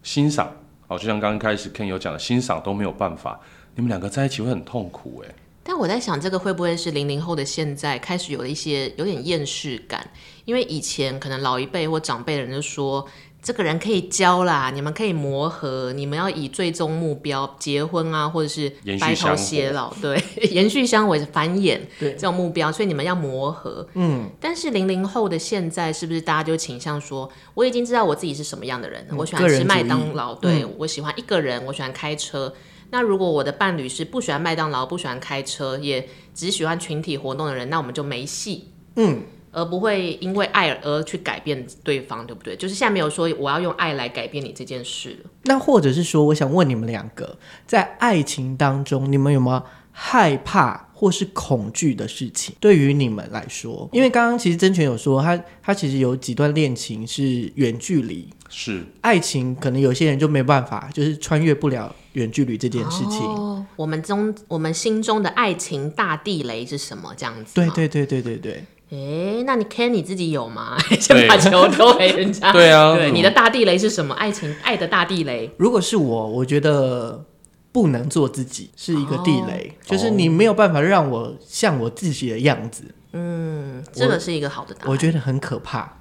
欣赏，哦，就像刚刚开始 Ken 有讲的，欣赏都没有办法，你们两个在一起会很痛苦哎、
但我在想，这个会不会是零零后的现在开始有了一些有点厌世感？因为以前可能老一辈或长辈的人就说，这个人可以交啦，你们可以磨合，你们要以最终目标结婚啊，或者是
延续
白
香
头
火
偕老，对， (laughs) 延续香火繁衍
对
这种目标，所以你们要磨合。嗯，但是零零后的现在是不是大家就倾向说，我已经知道我自己是什么样的人了，
嗯
我喜
个
欢
人
吃
主
麦
义嗯
当劳，对、我喜欢一个人，我喜欢开车，那如果我的伴侣是不喜欢麦当劳、不喜欢开车，也只喜欢群体活动的人，那我们就没戏，
嗯，
而不会因为爱而去改变对方，对不对？就是现在没有说我要用爱来改变你这件事了。
那或者是说，我想问你们两个，在爱情当中，你们有没有害怕或是恐惧的事情？对于你们来说，因为刚刚其实真权有说，他他其实有几段恋情是远距离，
是
爱情可能有些人就没办法，就是穿越不了远距离这件事情。
哦，我们中我们心中的爱情大地雷是什么？这样子。
对。对对对对对，
哎，那你 Ken 你自己有
(laughs)
吗？先把球丢给人家。
对啊
对，
嗯
你的大地雷是什么？爱情爱的大地雷。
如果是我，我觉得不能做自己是一个地雷，就是你没有办法让我像我自己的样子，
嗯，这个是一个好的答
我
案。
觉得很可
哦
怕。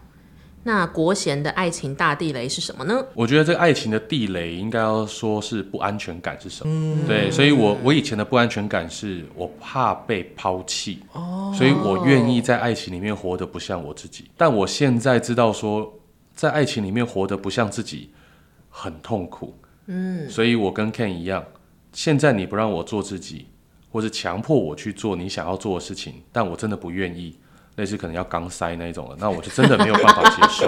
那国贤的爱情大地雷是什么呢？
我觉得这个爱情的地雷应该要说是不安全感是什么？对，所以我我以前的不安全感是我怕被抛弃，所以我愿意在爱情里面活得不像我自己。但我现在知道说，在爱情里面活得不像自己很痛苦，嗯，所以我跟 Ken 一样，现在你不让我做自己，或是强迫我去做你想要做的事情，但我真的不愿意。类似可能要钢塞那一种的，那我就真的没有办法接受。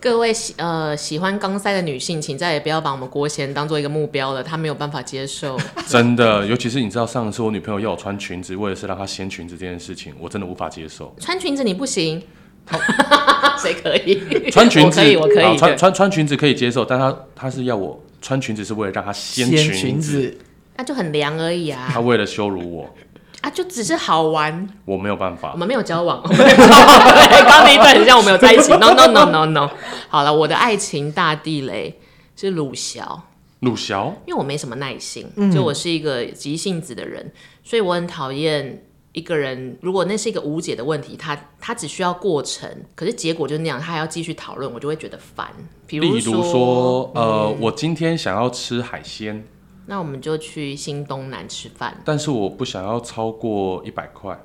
各位喜呃喜欢钢塞的女性，请再也不要把我们国贤当做一个目标了，她没有办法接
(laughs)
受。。
真的，尤其是你知道上一次我女朋友要我穿裙子，为了是让她掀裙子这件事情，我真的无法接受
穿裙子你不行， (laughs) 谁可以？
穿裙
我
子
可以，我可
好
以。
穿
对
穿穿裙子可以接受，但她她是要我穿裙子是为了让她掀
掀
裙
裙
子，
子，
那就很凉而已啊
(laughs) 她为了羞辱我，
啊，就只是好玩。
我没有办法
我。们没有交往，我 (laughs) 们没有交往。对刚刚那一段很像我们有在一起。No No No No No。好了，我的爱情大地雷是鲁小。
鲁小
因为我没什么耐心，就我是一个急性子的人，所以我很讨厌一个人。如果那是一个无解的问题，他他只需要过程，可是结果就那样，他还要继续讨论，我就会觉得烦。比
例
说，嗯
如说，呃，我今天想要吃海鲜，
那我们就去新东南吃饭，
但是我不想要超过一百块，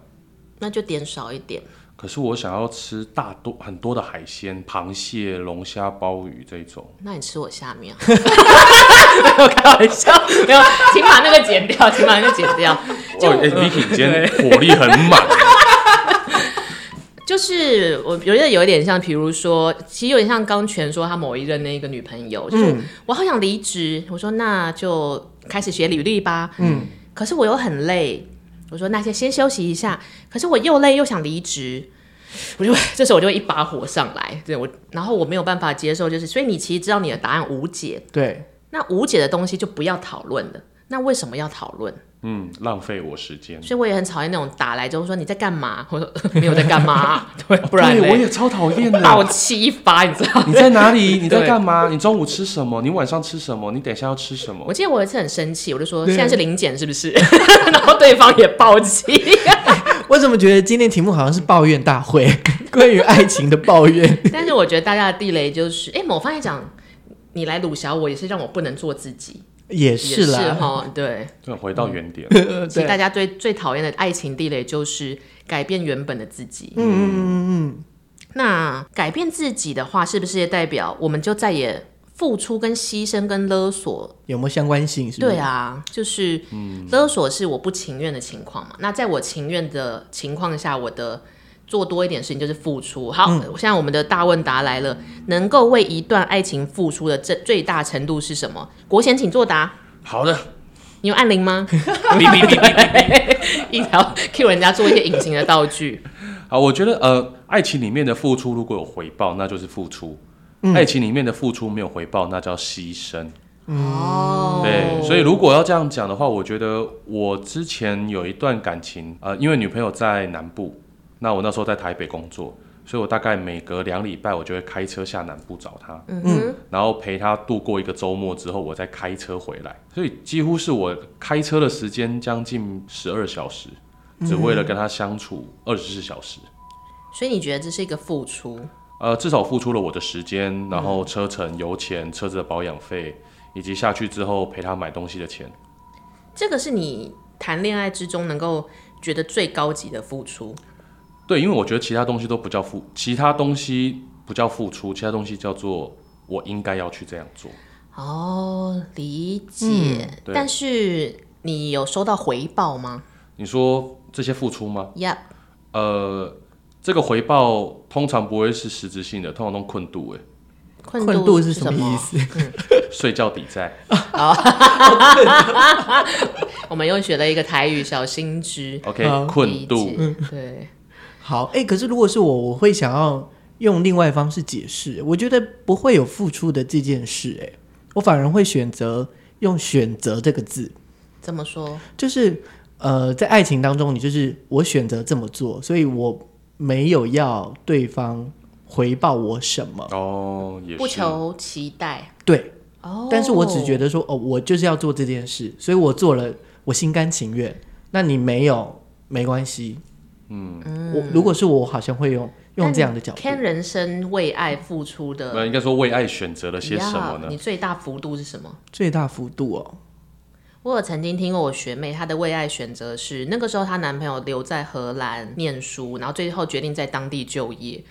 那就点少一点。
可是我想要吃大多很多的海鲜，螃蟹、龙虾、鲍鱼这一种。
那你吃我下面、啊，没有开玩笑，没有，请把那个剪掉，请把那个剪掉。就
哇，
(laughs)
哎、v i c k y 今天火力很满。
就是我觉得有一点像，比如说，其实有点像刚全说他某一任那个女朋友，就是、我好想离职，我说那就开始写履历吧，嗯，可是我又很累，我说那先先休息一下，可是我又累又想离职，我就 (laughs) 这时候我就一把火上来，对我，然后我没有办法接受，就是所以你其实知道你的答案无解，
对，
那无解的东西就不要讨论了，那为什么要讨论？
嗯，浪费我时间。
所以我也很讨厌那种打来就说你在干嘛， (laughs) 我说没有在干嘛、对，不然
对
嘞
我也超讨厌
暴
的。
气一发，你知道吗？
(laughs) 你在哪里？你在
(laughs) 对
干嘛？你中午吃什么？你晚上吃什么？你等一下要吃什么
我？记得我有一次很生气，我就说
对啊
现在是零检是不 (laughs) 是？然后对方也暴气， (laughs)
我怎么觉得今天题目好像是抱怨大会， (laughs) 关于爱情的抱怨？
但是我觉得大家的地雷就是，哎、某方来讲，你来鲁小我也是让我不能做自己，
(laughs) 也是
也是
啦，
哈，对。
就回到原点，
呃
所以大
对，
家最最讨厌的爱情地雷就是改变原本的自己。
嗯嗯嗯
那改变自己的话，是不是也代表我们就再也付出、跟牺牲、跟勒索
嗯，有没有相关性？是不是
对，啊，就是
嗯
勒索是我不情愿的情况嘛。那在我情愿的情况下，我的做多一点事情就是付出。好，
嗯
现在我们的大问答来了，能够为一段爱情付出的这最大程度是什么？国贤，请作答。
(laughs) 好的，
你有按铃 (laughs) 吗？
哔哔哔哔。
一条 Q 人家做一些隐形的道具，
好，我觉得呃，爱情里面的付出如果有回报，那就是付出。爱情里面的付出没有回报，那叫牺牲。
哦
对，所以如果要这样讲的话，我觉得我之前有一段感情，呃，因为女朋友在南部，那我那时候在台北工作，所以我大概每隔两礼拜我就会开车下南部找她，
嗯哼，
然后陪她度过一个周末之后，我再开车回来，所以几乎是我开车的时间将近十二小时，只为了跟她相处二十四小时。
所以你觉得这是一个付出？
呃，至少付出了我的时间，然后车程、油钱、车子的保养费，以及下去之后陪她买东西的钱。
这个是你谈恋爱之中能够觉得最高级的付出。
对，因为我觉得其他东西都不叫付，其他东西不叫付出，其他东西叫做我应该要去这样做。
哦，理解。
对
但是你有收到回报吗
你说这些付出吗？
？Yep，
呃，这个回报通常不会是实质性的，通常都困度诶，
困
困
度
度是
什
什么意思？
睡觉抵债。
我们又学了一个台语小心知，
OK，、
好
困度
理解。对，
好，哎、可是如果是我，我会想要用另外一方式解释。我觉得不会有付出的这件事、哎，我反而会选择用“选择”这个字，
这么说，
就是呃，在爱情当中，你就是我选择这么做，所以我没有要对方回报我什么，
哦，也是。
不求期待。
对。
哦，
但是我只觉得说，哦，我就是要做这件事，所以我做了，我心甘情愿。那你没有没关系，嗯，我如果是我，我好像会用用这样的角度。
看人生为爱付出
那
的
应该说为爱选择了些什么
Yeah，
呢？
你最大幅度是什么？
最大幅度哦，
我有曾经听过我学妹，她的为爱选择是那个时候她男朋友留在荷兰念书，然后最后决定在当地就业。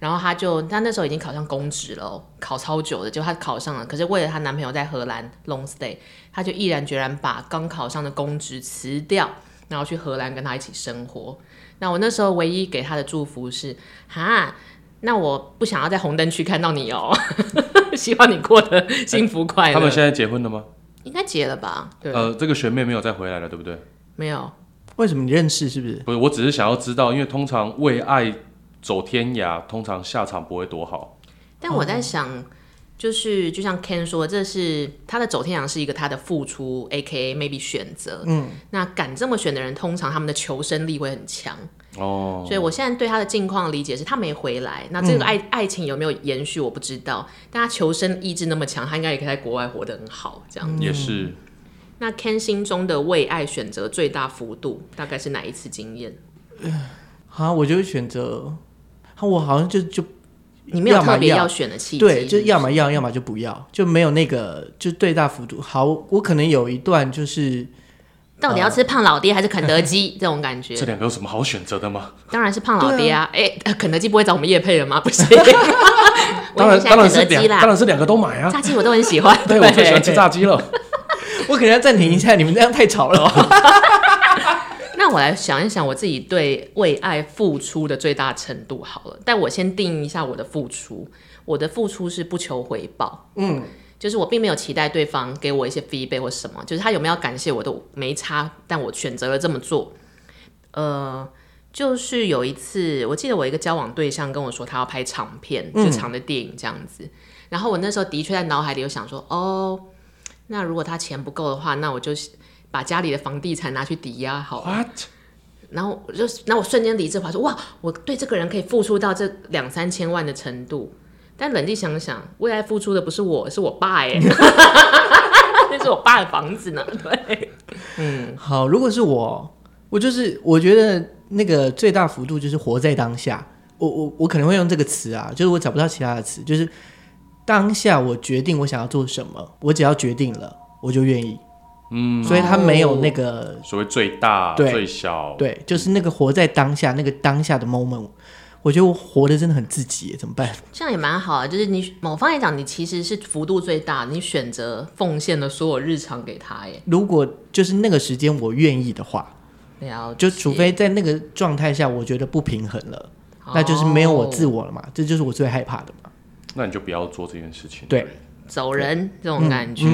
然后她就，她那时候已经考上公职了哦，考超久的，结果她考上了。可是为了她男朋友在荷兰 long stay，她就毅然决然把刚考上的公职辞掉，然后去荷兰跟他一起生活。那我那时候唯一给她的祝福是：哈，那我不想要在红灯区看到你哦， (laughs) 希望你过得 (laughs) 幸福快乐。
他们现在结婚了吗？
应该结了吧？对，
呃，这个学妹没有再回来了，对不对？
没有。
为什么你认识是不是？
不是，我只是想要知道，因为通常为爱走天涯，通常下场不会多好。
但我
哦
在想，就是就像 Ken 说，这是他的走天涯是一个他的付出，A K A maybe 选择。嗯，那敢这么选的人，通常他们的求生力会很强。
哦，
所以我现在对他的近况的理解是，他没回来。那
嗯
这个爱、爱情有没有延续，我不知道。但他求生意志那么强，他应该也可以在国外活得很好。这
嗯
样，
也是。
那 Ken 心中的为爱选择最大幅度，大概是哪一次经验？
好，我就会选择，啊我好像就就
你没有
要么
特别
要
要选的契机，
对，就是要么要，要么就不要，就没有那个就最大幅度。好，我可能有一段就是
到
呃
底要吃胖老爹还是肯德基 (laughs) 这种感觉？
这两个有什么好选择的吗？
当然是胖老爹啊！哎、呃肯德基不会找我们叶配了吗？不
(laughs)
是，我
当
也
然，
很喜欢
当然是
肯德
两
基，
当
啦，
然是两个都买
(laughs)
啊。
炸鸡我都很喜欢。
对，我最喜欢吃炸鸡了。
我可能要暂停一下，你们这样太吵了哦。
那我来想一想我自己对为爱付出的最大程度好了，但我先定一下我的付出。我的付出是不求回报，嗯，就是我并没有期待对方给我一些 feedback 或什么，就是他有没有感谢我都没差，但我选择了这么做。呃，就是有一次，我记得我一个交往对象跟我说他要拍长片，就长的电影这样子。然后我那时候的确在脑海里有想说，哦，那如果他钱不够的话，那我就把家里的房地产拿去抵押好了。
What？
然后我就，然后我瞬间理智化说，哇，我对这个人可以付出到这两三千万的程度。但冷静想想，为爱付出的不是我，是我爸耶， (laughs) 那是我爸的房子呢。对，
好，如果是我，我就是我觉得那个最大幅度就是活在当下。我我我可能会用这个词啊，就是我找不到其他的词，就是当下我决定我想要做什么，我只要决定了我就愿意。嗯，所以他没有那个
所谓最大、
对
最小，
对，就是那个活在当下，那个当下的 moment，我觉得我活的真的很自己耶，怎么办？
这样也蛮好啊。就是你某方来讲，你其实是幅度最大，你选择奉献了所有日常给他耶。
如果就是那个时间我愿意的话，
了
就
解，
除非在那个状态下我觉得不平衡了，那就是没有我自
哦、
我了嘛，这就是我最害怕的嘛。
那你就不要做这件事情。
对，
走人这
嗯
种感觉。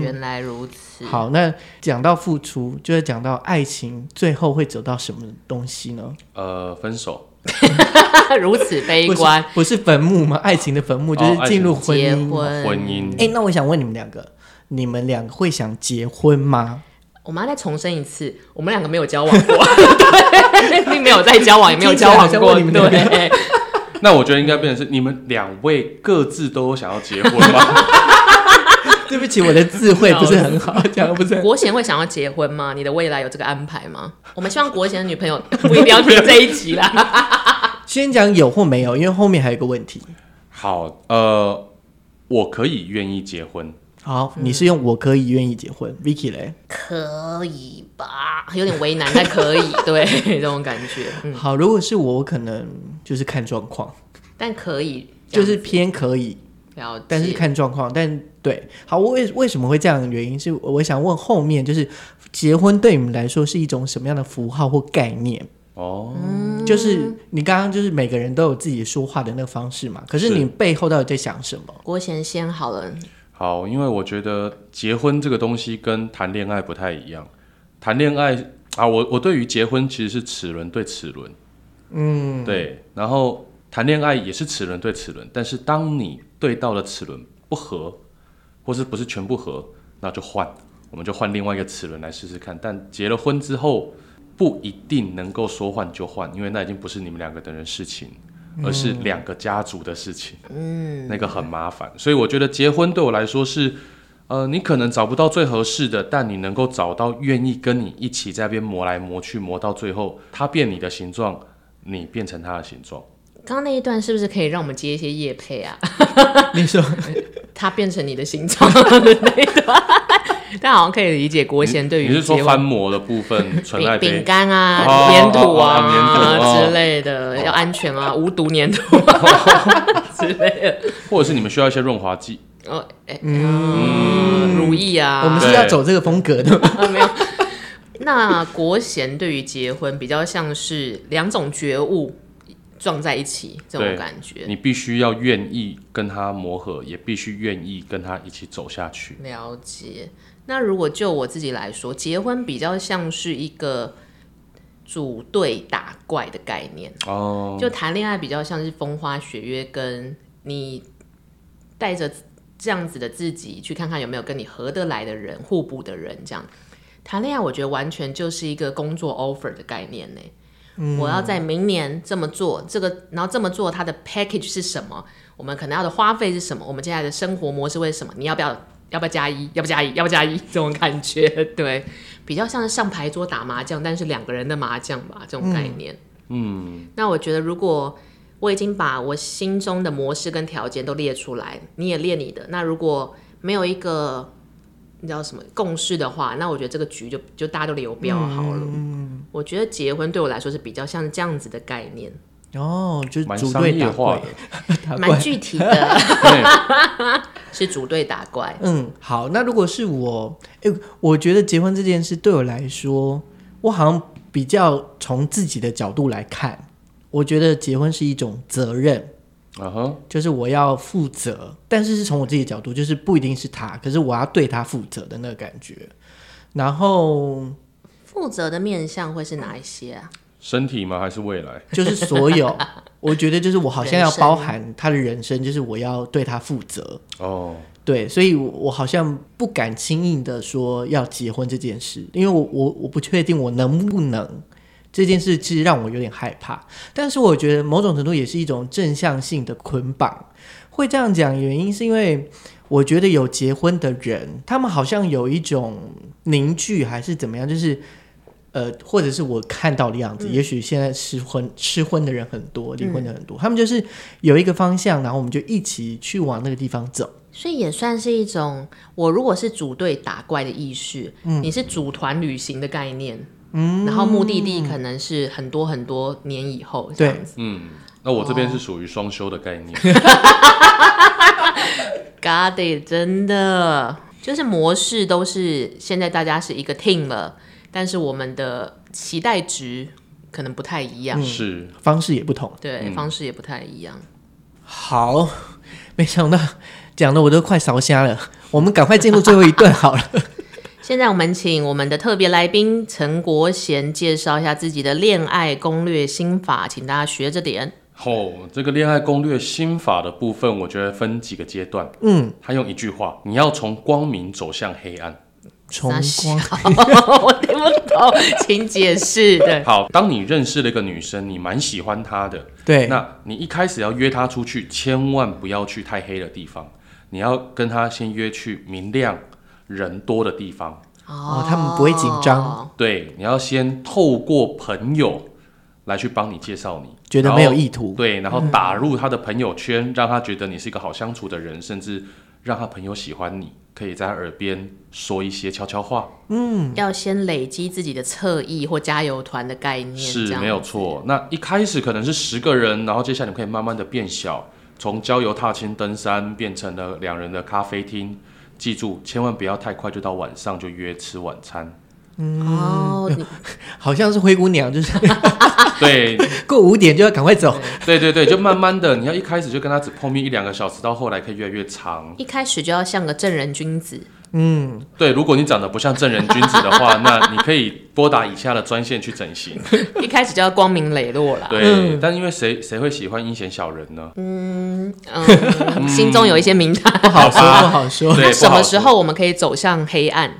原来如此。
好，那讲到付出，就是讲到爱情最后会走到什么东西呢？
呃，分手，
(laughs) 如此悲
不是
观，
不是坟墓吗？爱情的坟墓就
哦爱
是
情
进入婚
结
姻嘛。
婚，
婚姻
哎、那我想问你们两个，你们两个会想结婚
(laughs)
吗？
我妈再重申一次，我们两个没有交往过， (laughs) 对，并没有在交往，也没有交往
听起来
过，
好像问你们两个
对，
那我觉得应该变成是你们两位各自都有想要结婚 (laughs) 吗？
对不起，我的智慧不是很好，讲的不是很好。
国贤会想要结婚吗？你的未来有这个安排吗？我们希望国贤的女朋友不一定要听这一集啦。
先讲有或没有，因为后面还有一个问题。
好，呃，我可以愿意结婚，
好，
嗯
你是用我可以愿意结婚，Vicky 嘞？
可以吧？有点为难，但可以，对，这种感觉，嗯，
好，如果是我，我可能就是看状况，
但可以，
就是偏可以，
这样了解，
但是看状况。但对，好，我为为什么会这样？的原因是我想问后面，就是结婚对你们来说是一种什么样的符号或概念？
哦，
就是你刚刚就是每个人都有自己说话的那个方式嘛，可是
是
你背后到底在想什
(laughs)
么？
国贤先好了，
好，因为我觉得结婚这个东西跟谈恋爱不太一样。谈恋爱啊，我我对于结婚其实是齿轮对齿轮，嗯，对。然后谈恋爱也是齿轮对齿轮，但是当你对到了齿轮不合，或是不是全不合，那就换，我们就换另外一个齿轮来试试看。但结了婚之后，不一定能够说换就换，因为那已经不是你们两个的人事情，而是两个家族的事情。那个很麻烦，所以我觉得结婚对我来说是，呃，你可能找不到最合适的，但你能够找到愿意跟你一起在那边磨来磨去，磨到最后，它变你的形状，你变成它的形状。
刚刚那一段是不是可以让我们接一些夜配啊？ (laughs)
你说
它变成你的形状的那一段， (laughs) 但好像可以理解国贤对于
你是说
结婚
翻模的部分纯爱
饼饼
杯？
干啊、
哦
粘土啊、
哦哦哦粘土哦
之类的，要安全啊，无毒粘土啊
(laughs)
之类的。
或者是你们需要一些润滑剂？
哦，哎、嗯，如意啊，
我们是
对
要走这个风格的吗，
没有。那国贤对于结婚比较像是两种觉悟撞在一起这种
对
感觉，
你必须要愿意跟它磨合，也必须愿意跟它一起走下去。
了解。那如果就我自己来说，结婚比较像是一个组队打怪的概念。
哦，
就谈恋爱比较像是风花雪月，跟你带着这样子的自己去看看有没有跟你合得来的人、互补的人这样。谈恋爱，我觉得完全就是一个工作 offer 的概念呢。我要在明年这么做，这个然后这么做，它的 package 是什么？我们可能要的花费是什么？我们接下来的生活模式会是什么？你要不要？要不要加一？要不要加一？要不要加一？这种感觉，对，比较像是上牌桌打麻将，但是两个人的麻将吧，这种概念。那我觉得，如果我已经把我心中的模式跟条件都列出来，你也列你的，那如果没有一个你知道什么共识的话，那我觉得这个局就就大家都流标好
嗯
了。我觉得结婚对我来说是比较像这样子的概念，
哦，就是
蛮
组
商
队
业
打
(laughs)
化
怪
的，，
打
蛮
怪。
具体的，
(laughs)
对，
是组队打怪。
嗯，好，那如果是我，哎、我觉得结婚这件事对我来说，我好像比较从自己的角度来看，我觉得结婚是一种责任，
嗯哼，
就是我要负责，但是是从我自己的角度，就是不一定是他，可是我要对他负责的那个感觉。然后
负责的面向会是哪一些啊？
身体吗？还是未来？
就是所
(laughs)
有，我觉得就是我好像要
人生
包含他的人生，就是我要对他负责。
哦，
对，所以我我好像不敢轻易的说要结婚这件事，因为我我我不确定我能不能这件事，其实让我有点害怕。但是我觉得某种程度也是一种正向性的捆绑。会这样讲，原因是因为我觉得有结婚的人，他们好像有一种凝聚还是怎么样，就是。呃，或者是我看到的样子，也许现在吃婚吃婚的人很多，离婚的很多，他们就是有一个方向，然后我们就一起去往那个地方走。
所以也算是一种，我如果是组队打怪的意识，你是组团旅行的概念，嗯，然后目的地可能是很多很多年以后这样子。
嗯，那我这边是属于双休的概念。
God it，真的就是模式都是现在大家是一个 team 了，但是我们的期待值可能不太一样，
是，
方式也不同。
对，方式也不太一样。
好，没想到讲的我都快烧瞎了，我们赶快进入最后一段好了。
现在我们请我们的特别来宾陈国贤介绍一下自己的恋爱攻略心法，请大家学着点。
哦，这个恋爱攻略心法的部分，我觉得分几个阶段。
嗯，
他用一句话，你要从光明走向黑暗。
(laughs) 重光
傻笑 (laughs) 我听不懂，请
(laughs)
解释。对，
好，当你认识了一个女生，你蛮喜欢她的，
对，
那你一开始要约她出去，千万不要去太黑的地方，你要跟她先约去明亮、人多的地方。
哦他们不会紧
哦
张，
对，你要先透过朋友来去帮你介绍你，
觉得没有意图，
对，然后打入他的朋友圈，让他觉得你是一个好相处的人，甚至让他朋友喜欢你，可以在他耳边说一些悄悄话，
要先累积自己的侧翼或加油团的概念，这
是
样
没有错。那一开始可能是十个人，然后接下来你可以慢慢的变小，从郊游踏青登山变成了两人的咖啡厅。记住，千万不要太快就到晚上就约吃晚餐。
嗯
哦。你
好像是灰姑娘，就是 (laughs)
对，
过五点就要赶快走。
对对对，就慢慢的，你要一开始就跟他只碰面一两个小时，到后来可以越来越长。
一开始就要像个正人君子，
嗯，
对，如果你长得不像正人君子的话，那你可以拨打以下的专线去整
(laughs)
形。
一开始就要光明磊落啦。
对，
嗯
但因为谁谁会喜欢阴险小人呢？
嗯，心中有一些名堂。
不好说，
好吧
不好说。
对
那什
不好
么
说
时候我们可以走向黑暗？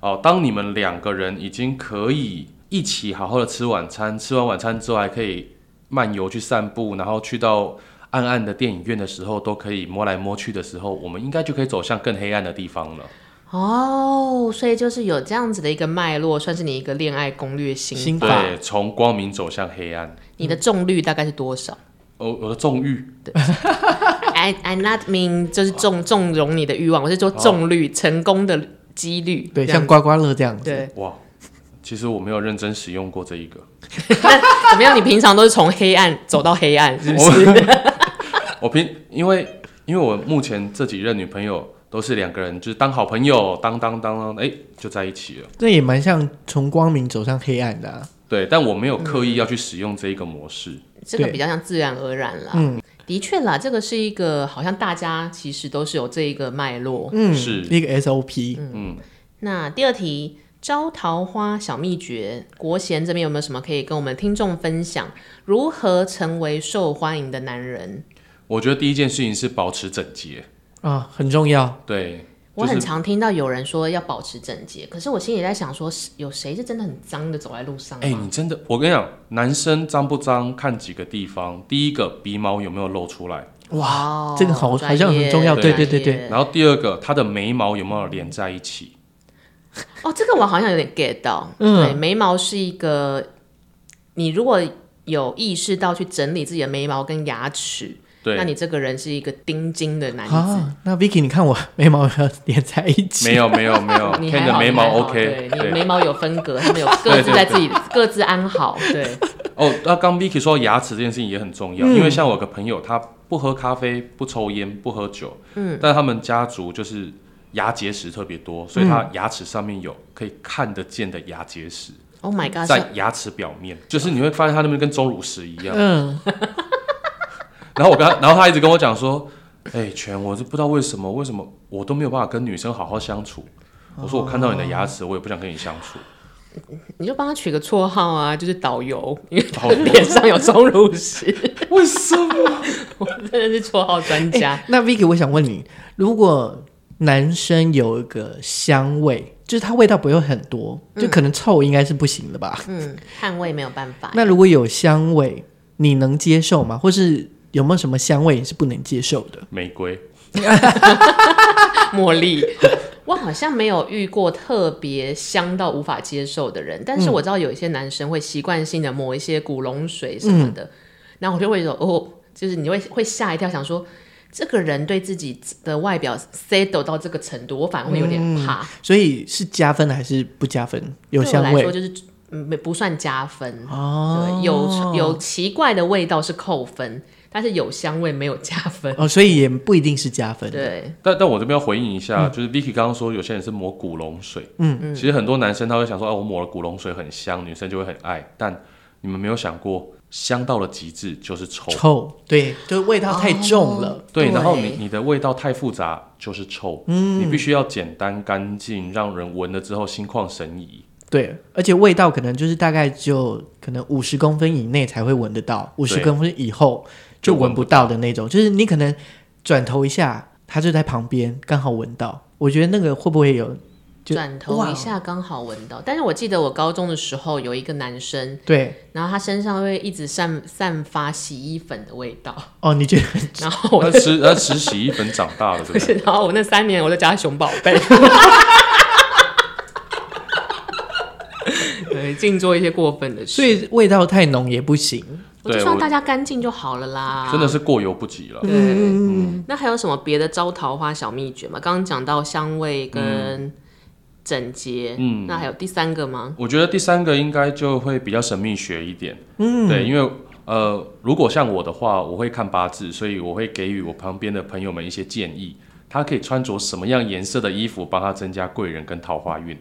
哦，当你们两个人已经可以一起好好的吃晚餐，吃完晚餐之后还可以漫游去散步，然后去到暗暗的电影院的时候，都可以摸来摸去的时候，我们应该就可以走向更黑暗的地方了。
哦，所以就是有这样子的一个脉络，算是你一个恋爱攻略心。
心法
对，从光明走向黑暗。
你的中率大概是多少
哦，我的纵欲
？I I not mean 就是纵纵容你的欲望，我是说中率、成功的几率。
对，
这样
像刮刮乐这样子。
对
哇，其实我没有认真使用过这一个。
怎么样？你平常都是从黑暗走到黑暗， (laughs) 是不是？
(laughs) 我我平因为因为我目前这几任女朋友都是两个人，就是当好朋友，当当当当，哎、就在一起了。
这也蛮像从光明走向黑暗的啊、
对，但我没有刻意要去使用这一个模式。
(laughs) 这个
对
比较像自然而然啦。
嗯
的确啦，这个是一个好像大家其实都是有这一个脉络。
嗯，
是
一个 SOP，、
那第二题，招桃花小秘诀，国贤这边有没有什么可以跟我们听众分享？如何成为受欢迎的男人？
我觉得第一件事情是保持整洁。
啊，很重要。
对，
我
就是
很常听到有人说要保持整洁，可是我心里在想说，是有谁是真的很脏的走在路上吗？啊
哎、你真的，我跟你讲，男生脏不脏看几个地方，第一个鼻毛有没有露出来，
哇，
哦
这个好
专业
好像很重要
对
对对对
专业
然后第二个他的眉毛有没有连在一起，
哦，这个我好像有点 get 到。
嗯
对，眉毛是一个，你如果有意识到去整理自己的眉毛跟牙齿，那
对，
你这个人是一个钉金的男子。
啊，那 Vicky，你看我眉毛要连在一起，
(laughs) 没有没有没有
你
，Ken
还
的
好，
眉
你还
毛
好
OK，
对，你眉毛有分隔，他们
(laughs)
有各自在自己各自安好，对，
哦，那刚 Vicky 说到牙齿这件事情也很重要，
嗯
因为像我有个朋友，他不喝咖啡、不抽烟、不喝酒，嗯，但他们家族就是牙结石特别多，所以
嗯
他牙齿上面有可以看得见的牙结石，
Oh my god！
在牙齿表面，就是你会发现他那边跟钟乳石一样。
嗯，
然后我跟他，然后他一直跟我讲说，哎、全，我是不知道为什么，为什么我都没有办法跟女生好好相处。我说我看到你的牙齿，我也不想跟你相处。
你就帮他取个绰号啊，就是导游，因为他
导游
脸上有钟乳石，
为什么？
(laughs) 我真的是绰号专家。
哎那 Vicky，我想问你，如果男生有一个香味，就是它味道不会很多，就可能臭应该是不行的吧？
嗯，捍卫没有办法。
(laughs) 那如果有香味，你能接受吗？或是有没有什么香味你是不能接受的？
玫瑰，
茉莉。我好像没有遇过特别香到无法接受的人，但是我知道有一些男生会习惯性的抹一些古龙水什么的，然后我就会有哦，就是你会会吓一跳，想说这个人对自己的外表 settle 到这个程度，我反而会有点怕。
所以是加分的还是不加分？有
对我
香
来说
味
就是嗯没不算加分，
哦
对，有有奇怪的味道是扣分，但是有香味没有加分，
哦，所以也不一定是加分。
对，
但但我这边要回应一
嗯
下，就是 Vicky 刚刚说有些人是抹古龙水，嗯嗯，其实很多男生他会想说，啊，我抹了古龙水很香，女生就会很爱，但你们没有想过，香到了极致就是臭，
臭，对，就是味道太重
哦
了。
对，然后你
对嗯
你的味道太复杂就是臭，你必须要简单干净，让人闻了之后心旷神怡。
对，而且味道可能就是大概只有可能五十公分以内才会闻得到，五十
对
公分以后就闻不到的那种，就是你可能转头一下，它就在旁边，刚好闻到。我觉得那个会不会有？就
转头
哇哦
一下刚好闻到。但是我记得我高中的时候有一个男生，
对，
然后他身上会一直散散发洗衣粉的味道， (laughs)
哦，你觉得
然后我
那吃那吃洗衣粉长大了，
不
对不对？
哦 (laughs) 是，然后我那三年我都叫他熊宝贝。 (laughs) 对，净做一些过分的事，
所以味道太浓也不行。
我就
对
希望
我
大家干净就好了啦。
真的是过犹不及了。嗯
对，那还有什么别的招桃花小秘诀吗？刚刚讲到香味
嗯
跟整洁，嗯，那还有第三个吗？
我觉得第三个应该就会比较神秘学一点，嗯，对，因为呃，如果像我的话，我会看八字，所以我会给予我旁边的朋友们一些建议，他可以穿着什么样颜色的衣服，帮他增加贵人跟桃花运。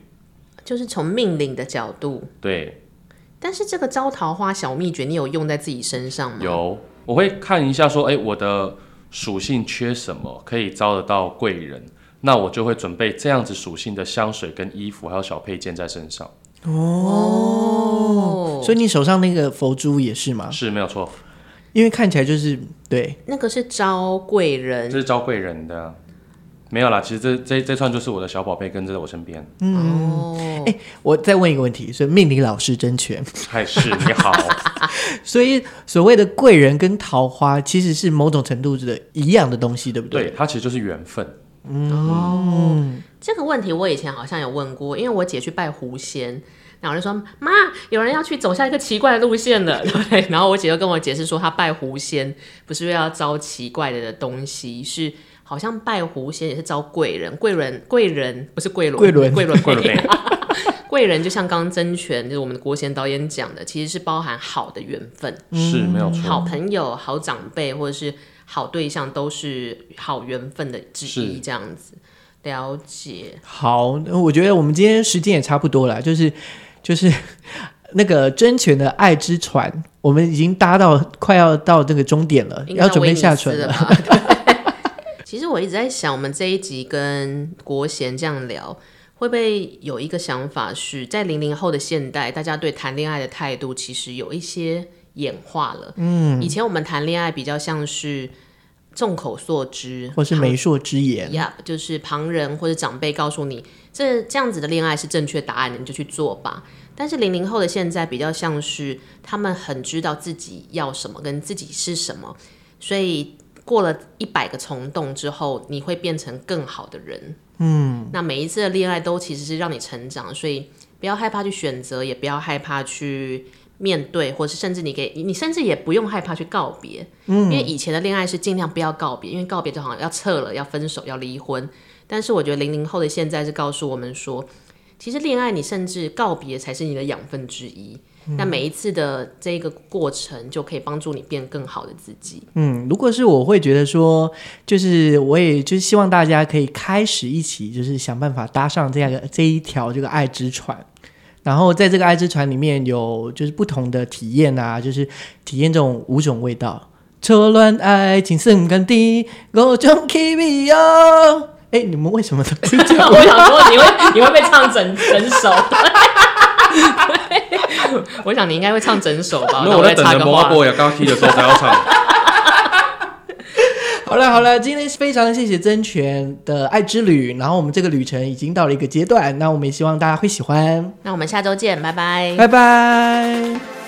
就是从命理的角度，
对，
但是这个招桃花小秘诀，你有用在自己身上吗？，
有我会看一下说，哎，我的属性缺什么，可以招得到贵人，那我就会准备这样子属性的香水跟衣服，还有小配件在身上，
哦，
所以你手上那个佛珠也是吗？
是没有错，
因为看起来就是对，
那个是招贵
这
人
是招贵人的啊。没有啦，其实这这这串就是我的小宝贝跟在我身边。
哦。哎，
我再问一个问题，所以命理老师真全， (laughs)
嗨，是你 (laughs) 好，
所以所谓的贵人跟桃花其实是某种程度的一样的东西，对不
对，它其实就是缘分。
这个问题我以前好像有问过，因为我姐去拜狐仙，然后我就说妈，有人要去走下一个奇怪的路线了， (laughs) 对不对？然后我姐就跟我解释说，她拜狐仙不是要招奇怪的东西，是好像拜狐仙也是招贵人，贵人贵人不是贵人，
贵人
贵人
贵人妹
(laughs) 贵人就像刚刚甄权，就是我们的国贤导演讲的，其实是包含好的缘分，
是没有
好
错，
朋友、好长辈或者是好对象都是好缘分的之一，
是
这样子。了解，
好，那我觉得我们今天时间也差不多了，就是就是 (laughs) 那个真权的爱之船，我们已经搭到快要到这个终点了，
应该
要准备下
到
船
威尼斯
了。 (laughs)
了吧？对 (laughs) 其实我一直在想，我们这一集跟国贤这样聊，会不会有一个想法是，在零零后的现代，大家对谈恋爱的态度其实有一些演化了。嗯，以前我们谈恋爱比较像是众口所知，
或是媒妁之言，
呀就是旁人或者长辈告诉你，这这样子的恋爱是正确答案，你就去做吧。但是零零后的现在比较像是他们很知道自己要什么跟自己是什么，所以过了一百个虫洞之后，你会变成更好的人。嗯，那每一次的恋爱都其实是让你成长，所以不要害怕去选择，也不要害怕去面对，或是甚至你给你甚至也不用害怕去告别。
嗯
因为以前的恋爱是尽量不要告别，因为告别就好像要撤了、要分手、要离婚。但是我觉得零零后的现在是告诉我们说，其实恋爱你甚至告别才是你的养分之一。
嗯
那每一次的这个过程，就可以帮助你变更好的自
(laughs)
己。
嗯，如果是我会觉得说，就是我也就是希望大家可以开始一起，就是想办法搭上这样的这一条这个爱之船。然后在这个爱之船里面有就是不同的体验啊，就是体验这种五种味道。初恋爱情圣甘地，五种气味哦。哎，你们为什么都是这样？
我想说，你会你会被唱整整首。 (laughs) 我想你应该会唱整首吧？
那
我
我
再
在等
插
着
个
摩
话
阿。波也刚踢的时候才要唱。
(laughs) 好了好了，今天非常谢谢真权的爱之旅，然后我们这个旅程已经到了一个阶段，那我们也希望大家会喜欢，
那我们下周见，拜拜。
拜拜。